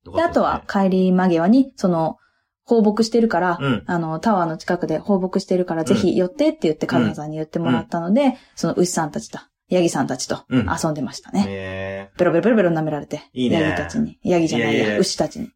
Speaker 1: よ
Speaker 2: で、
Speaker 1: か
Speaker 2: あ
Speaker 1: ったですね
Speaker 2: とは、帰り間際に、その、放牧してるから、
Speaker 1: うん。
Speaker 2: あの、タワーの近くで放牧してるから、ぜひ寄ってって言って、カズハさんに言ってもらったので、その牛さんたちと、ヤギさんたちと
Speaker 1: うん。
Speaker 2: 遊んでました
Speaker 1: ね
Speaker 2: ね。
Speaker 1: え。
Speaker 2: ベロベロベロベロ舐められて。
Speaker 1: いいね
Speaker 2: ヤギたちに。ヤギじゃな
Speaker 1: いや
Speaker 2: い
Speaker 1: いやい
Speaker 2: や、
Speaker 1: や
Speaker 2: 牛たちに。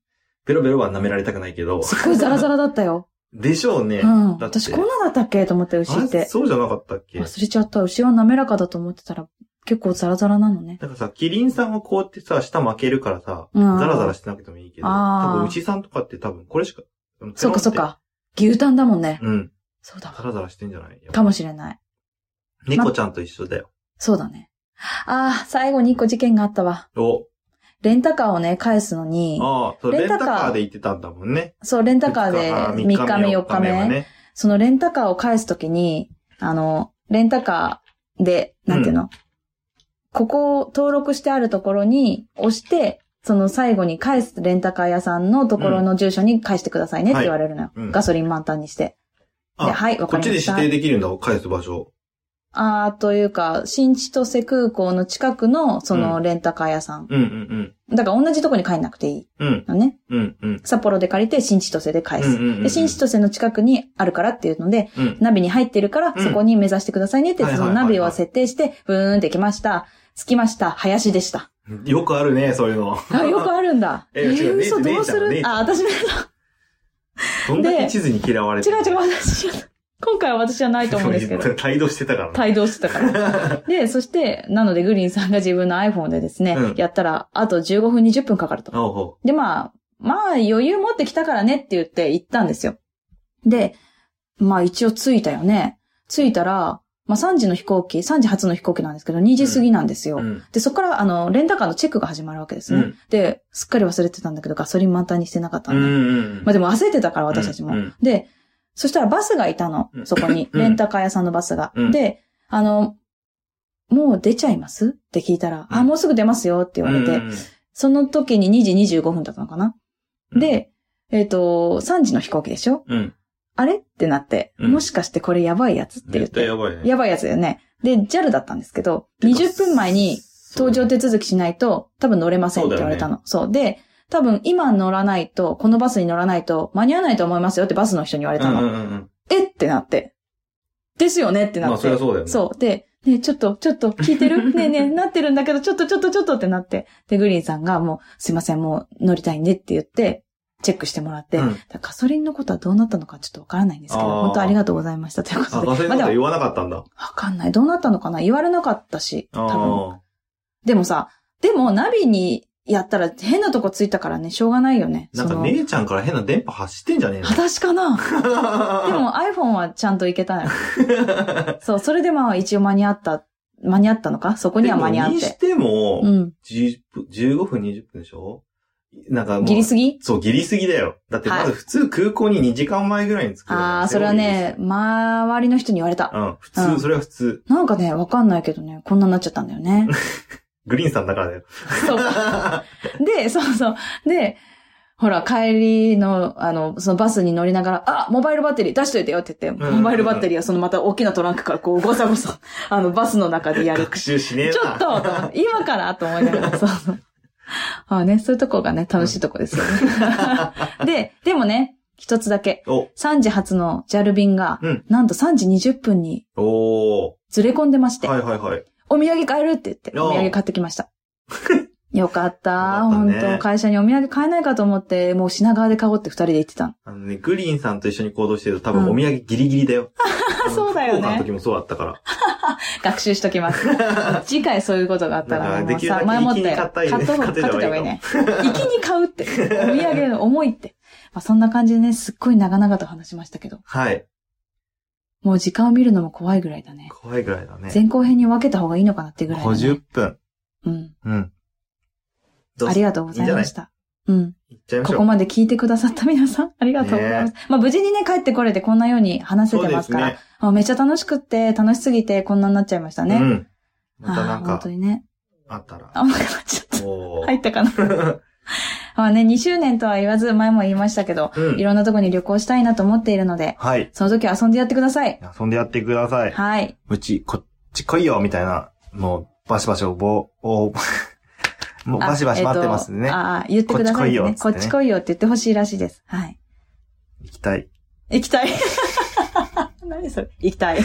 Speaker 1: ベロベロは舐められたくないけど。
Speaker 2: すっごいザラザラだったよ。
Speaker 1: でしょうね。
Speaker 2: うん。
Speaker 1: だって
Speaker 2: 私こんなだったっけと思って、牛っ
Speaker 1: あれ
Speaker 2: て。
Speaker 1: そうじゃなかったっけ
Speaker 2: 忘れちゃった。牛は滑らかだと思ってたら、結構ザラザラなのね。
Speaker 1: なんかさ、キリンさんはこうやってさ、舌巻けるからさ、
Speaker 2: うん
Speaker 1: ザラザラしてなくてもいいけど、
Speaker 2: あー
Speaker 1: 多分牛さんとかって多分これしか、あの
Speaker 2: そっかそっ。か。牛タンだもんね
Speaker 1: ペ。ロンって
Speaker 2: そう
Speaker 1: う
Speaker 2: だ
Speaker 1: ん。
Speaker 2: わ。
Speaker 1: ザラザラしてんじゃない
Speaker 2: かもしれない。
Speaker 1: 猫ちゃんと一緒だよ。
Speaker 2: そうだね。ああ、最後に一個事件があったわ。
Speaker 1: お、
Speaker 2: レンタカーをね、返すのに、
Speaker 1: ああ、そう、
Speaker 2: レ
Speaker 1: レ
Speaker 2: ン
Speaker 1: ン
Speaker 2: タ
Speaker 1: タ
Speaker 2: カー
Speaker 1: カーで行ってたんだもんね。
Speaker 2: そう、レンタカーで
Speaker 1: あ
Speaker 2: 3日目、4日目、
Speaker 1: はね
Speaker 2: そのレンタカーを返すときに、あの、レンタカーで、なんていうの、ここを登録してあるところに押して、その最後に返すレンタカー屋さんのところの住所に返してくださいねって言われるのよ。
Speaker 1: はいうん
Speaker 2: ガソリン満タンにして。
Speaker 1: あ
Speaker 2: で、はい、わ
Speaker 1: こ
Speaker 2: か
Speaker 1: っ
Speaker 2: り
Speaker 1: ち
Speaker 2: ま
Speaker 1: で
Speaker 2: し
Speaker 1: 指
Speaker 2: た。
Speaker 1: 定できるんだ、返す場所。
Speaker 2: ああ、というか、新千歳空港の近くの、そのレンタカー屋さん。
Speaker 1: うんうん
Speaker 2: だから同じとこに帰んなくていい
Speaker 1: うん。うん、
Speaker 2: のね。
Speaker 1: うん、うん。
Speaker 2: 札幌で借りて新千歳で返す。
Speaker 1: うんうんうん
Speaker 2: で、新千歳の近くにあるからっていうので、
Speaker 1: うん。
Speaker 2: ナビに入ってるから、
Speaker 1: うん
Speaker 2: そこに目指してくださいねって、
Speaker 1: はいはい
Speaker 2: そ
Speaker 1: はい
Speaker 2: の
Speaker 1: はい
Speaker 2: ナビを設定して、ブーンって来ました。着きました。林でした。
Speaker 1: よくあるね、そういうの。。
Speaker 2: あ、よくあるんだ
Speaker 1: え違うね
Speaker 2: 嘘、どうす
Speaker 1: ね
Speaker 2: る
Speaker 1: えちゃん
Speaker 2: あ、私の、違
Speaker 1: どんだけ地図に嫌われて
Speaker 2: う違う、私じゃ、今回は私じゃないと思うんですけ ど、
Speaker 1: 態度してたからね。
Speaker 2: 帯同してたから。 で、そして、なのでグリーンさんが自分の iPhone でですね、
Speaker 1: うん
Speaker 2: やったら、あと15分20分かかると。
Speaker 1: おうほ
Speaker 2: で、まあ、まあ余裕持ってきたからねって言って行ったんですよ。で、まあ一応着いたよね。着いたら、まあ3時の飛行機、3時発の飛行機なんですけど、2時過ぎなんですよ。
Speaker 1: う。うん。
Speaker 2: で、そこから、あの、レンタカーのチェックが始まるわけですね。
Speaker 1: うん
Speaker 2: で、すっかり忘れてたんだけど、ガソリン満タンにしてなかった
Speaker 1: うんん
Speaker 2: で。
Speaker 1: うん。
Speaker 2: まあでも焦ってたから、私たちも。
Speaker 1: うんうん
Speaker 2: で、そしたらバスがいたの
Speaker 1: う、ん
Speaker 2: そこに。
Speaker 1: うん
Speaker 2: レンタカー屋さんのバスが。
Speaker 1: うん
Speaker 2: で、あの、もう出ちゃいますって聞いたら、
Speaker 1: うん
Speaker 2: あ、もうすぐ出ますよって言われて、
Speaker 1: うんうん
Speaker 2: その時に2時25分だったのかな。
Speaker 1: うん、
Speaker 2: で、えっ、と、3時の飛行機でしょ
Speaker 1: うん。
Speaker 2: あれってなって、
Speaker 1: うん
Speaker 2: もしかしてこれやばいやつって言っ
Speaker 1: 絶対
Speaker 2: て
Speaker 1: や。ばいね。
Speaker 2: やばいやつだよね。で、JAL だったんですけど、20分前に搭乗手続きしないと、多分乗れませんって言われたの。そう,、で、多分今乗らないと、このバスに乗らないと間に合わないと思いますよってバスの人に言われ
Speaker 1: う
Speaker 2: た
Speaker 1: ん
Speaker 2: の。
Speaker 1: うんうん
Speaker 2: えってなって。ですよねって
Speaker 1: うん。
Speaker 2: な
Speaker 1: まあ、
Speaker 2: っ
Speaker 1: そ
Speaker 2: て。
Speaker 1: りゃそうだよね。
Speaker 2: そう。で、ねえちょっと、ちょっと、聞いて るねえねえ、なってるんだけど、ちょっと、ちょっと、ちょっとってなって。で、グリーンさんが、もう、すいません、もう乗りたいんでって言って、チェックしてもらって、
Speaker 1: うん
Speaker 2: だからガソリンのことはどうなったのかちょっとわからないんですけど、
Speaker 1: あー
Speaker 2: 本当ありがとうございましたということ
Speaker 1: あ、
Speaker 2: で。
Speaker 1: ガセン
Speaker 2: ま
Speaker 1: のこと
Speaker 2: あでも
Speaker 1: 言わなかったんだ。
Speaker 2: わかんない。どうなったのかな言われなかったし、多分。
Speaker 1: ああ。
Speaker 2: でもさ、でもナビにやったら変なとこついたからね、しょうがないよね。
Speaker 1: なん
Speaker 2: そ
Speaker 1: か
Speaker 2: の
Speaker 1: 姉ちゃんから変な電波発してんじゃねえの
Speaker 2: 私か な でも iPhone はちゃんといけたのよ。そう、それでまあ一応間に合った、間に合ったのかそこには間に合っ
Speaker 1: でも
Speaker 2: て
Speaker 1: し。ても
Speaker 2: う、ん。
Speaker 1: 10分15分、20分でしょなんかもう。
Speaker 2: ギリすぎ
Speaker 1: そう、ギリすぎだよ。だってまず普通空港に2時間前ぐらいに着くよ
Speaker 2: ああ、それは。ね、周りの人に言われ
Speaker 1: う
Speaker 2: た。
Speaker 1: ん、普
Speaker 2: うん
Speaker 1: 通、それは普通。
Speaker 2: なんかね、わかんないけどね、こんなになっちゃったんだ よね。
Speaker 1: グリーンさんだからだよ。
Speaker 2: そう。 で、そうそう。で、ほら、帰りの、あの、そのバスに乗りながら、あ、モバイルバッテリー出しといてよって言っ
Speaker 1: うん
Speaker 2: て、
Speaker 1: うんうん
Speaker 2: モバイルバッテリーはそのまた大きなトランクからこう、ごさごさ、 あの、バスの中でやる。
Speaker 1: 学習し ねえ
Speaker 2: ち
Speaker 1: な。
Speaker 2: ょっと、と思って今からと思い ながら、そうそう。ああね、そういうとこがね、楽しいとこで すよね。で、でもね、一つだけ、
Speaker 1: お、
Speaker 2: 3時発の JAL 便が、
Speaker 1: うん
Speaker 2: なんと3時20分に
Speaker 1: お
Speaker 2: ずれ込んでまして
Speaker 1: ー。、はいはいはい。
Speaker 2: お土産買えるって言って、
Speaker 1: おう
Speaker 2: お土産買ってき ました。よかった
Speaker 1: よかった
Speaker 2: 本
Speaker 1: ね
Speaker 2: 当会社にお土産買えないかと思って、もう品川で買おうって二人で行ってたの。
Speaker 1: あのね、グリーンさんと一緒に行動してると多分
Speaker 2: うん
Speaker 1: お土産ギリギリだよ。あの
Speaker 2: そうだよね
Speaker 1: 福岡の時もそうだったから。
Speaker 2: 学習しと きます。 次回そういうことがあったら、
Speaker 1: だから
Speaker 2: も
Speaker 1: で
Speaker 2: う
Speaker 1: きるだ
Speaker 2: さ
Speaker 1: け
Speaker 2: 前もって
Speaker 1: 粋に買った
Speaker 2: 買
Speaker 1: り
Speaker 2: った方が
Speaker 1: 買っ
Speaker 2: 買っ
Speaker 1: ててた
Speaker 2: た方
Speaker 1: 方
Speaker 2: が
Speaker 1: がい
Speaker 2: いい
Speaker 1: い
Speaker 2: ね。 粋に買うって。お土産の重いって。まあ、そんな感じでね、すっごい長々と話しましたけど、
Speaker 1: はい。
Speaker 2: もう時間を見るのも怖いぐらいだね。
Speaker 1: 怖いぐらいだね。
Speaker 2: 前後編に分けた方がいいのかなってぐらいだね。
Speaker 1: 50分。
Speaker 2: うん。
Speaker 1: うん。どう
Speaker 2: ありがとうございました。うん。
Speaker 1: 行っちゃいまし
Speaker 2: こ
Speaker 1: ょう。
Speaker 2: こまで聞いてくださった皆さん、ありがとうございます。まあ、無事にね、帰ってこれてこんなように話せ
Speaker 1: そう
Speaker 2: て
Speaker 1: で
Speaker 2: ます
Speaker 1: す
Speaker 2: から、
Speaker 1: ね。
Speaker 2: あめっちゃ楽しくって、楽しすぎてこんなになっちゃいました
Speaker 1: う
Speaker 2: ね。
Speaker 1: ん。またなん
Speaker 2: あー本当
Speaker 1: か、
Speaker 2: にね。
Speaker 1: あったら。
Speaker 2: あ、もうなっちゃった。
Speaker 1: お
Speaker 2: 入
Speaker 1: ー。
Speaker 2: ったかな。 まあね、2周年とは言わず、前も言いましたけ ど、
Speaker 1: うん
Speaker 2: いろんなとこに旅行したいなと思っているので、
Speaker 1: はい。
Speaker 2: その時は遊んでやってください。
Speaker 1: 遊んでやってください。
Speaker 2: はい。
Speaker 1: うち、こっち来いよ、みたいな、もう、バシバシおぼ、お、 もう
Speaker 2: あ
Speaker 1: バシバシ待ってますんで
Speaker 2: え
Speaker 1: ね
Speaker 2: っと。ああ、言ってくださいってね。こ
Speaker 1: こ
Speaker 2: っ
Speaker 1: っ
Speaker 2: ち
Speaker 1: ち
Speaker 2: 来いよって言ってほしいらしいです。はい。
Speaker 1: 行きたい。
Speaker 2: 行 きたい。何それ行きたい。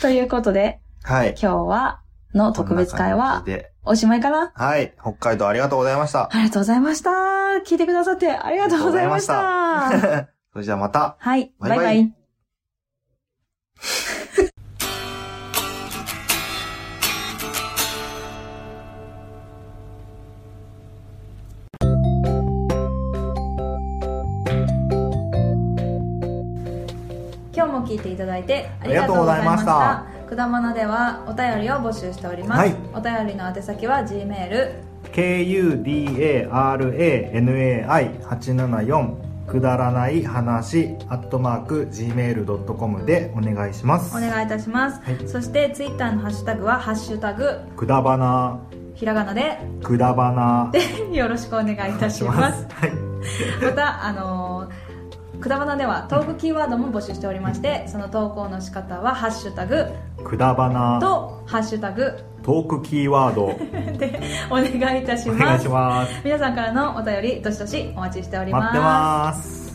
Speaker 2: ということで、
Speaker 1: はい。
Speaker 2: 今日は、の特別会
Speaker 1: こんな感
Speaker 2: は
Speaker 1: じ、で
Speaker 2: おしまいかな
Speaker 1: はい。北海道ありがとうございました。
Speaker 2: ありがとうございました。聞いてくださってありがとうございまし
Speaker 1: あ
Speaker 2: た。
Speaker 1: りがとうございました。それじゃあまた。
Speaker 2: はい、
Speaker 1: バイバイ
Speaker 2: バイバイ今日も聞いていただいてありがとうございました
Speaker 1: ありがとうございま
Speaker 2: くだまなではお便りを募集しております、
Speaker 1: はい
Speaker 2: お便りの宛先は G メール
Speaker 1: kudaranai874 くだらない話アットマーク gmail.com でお願いします
Speaker 2: お願いいたします、
Speaker 1: はい
Speaker 2: そしてツイッターのハッシュタグは「ハッシュタグ
Speaker 1: くだばな
Speaker 2: ひらがなで
Speaker 1: くだばな」
Speaker 2: でよろしくお願いいたします
Speaker 1: はい
Speaker 2: またあのーくだばなではトークキーワードも募集しておりましてその投稿の仕方は「ハッシュタグ
Speaker 1: くだばな
Speaker 2: と「ハッシュタグ
Speaker 1: トークキーワード
Speaker 2: でお願いいたし
Speaker 1: お
Speaker 2: ま
Speaker 1: 願い
Speaker 2: す
Speaker 1: します
Speaker 2: 皆さんからのお便りどしどしお待ちしており
Speaker 1: 待
Speaker 2: ま
Speaker 1: っ
Speaker 2: す
Speaker 1: てます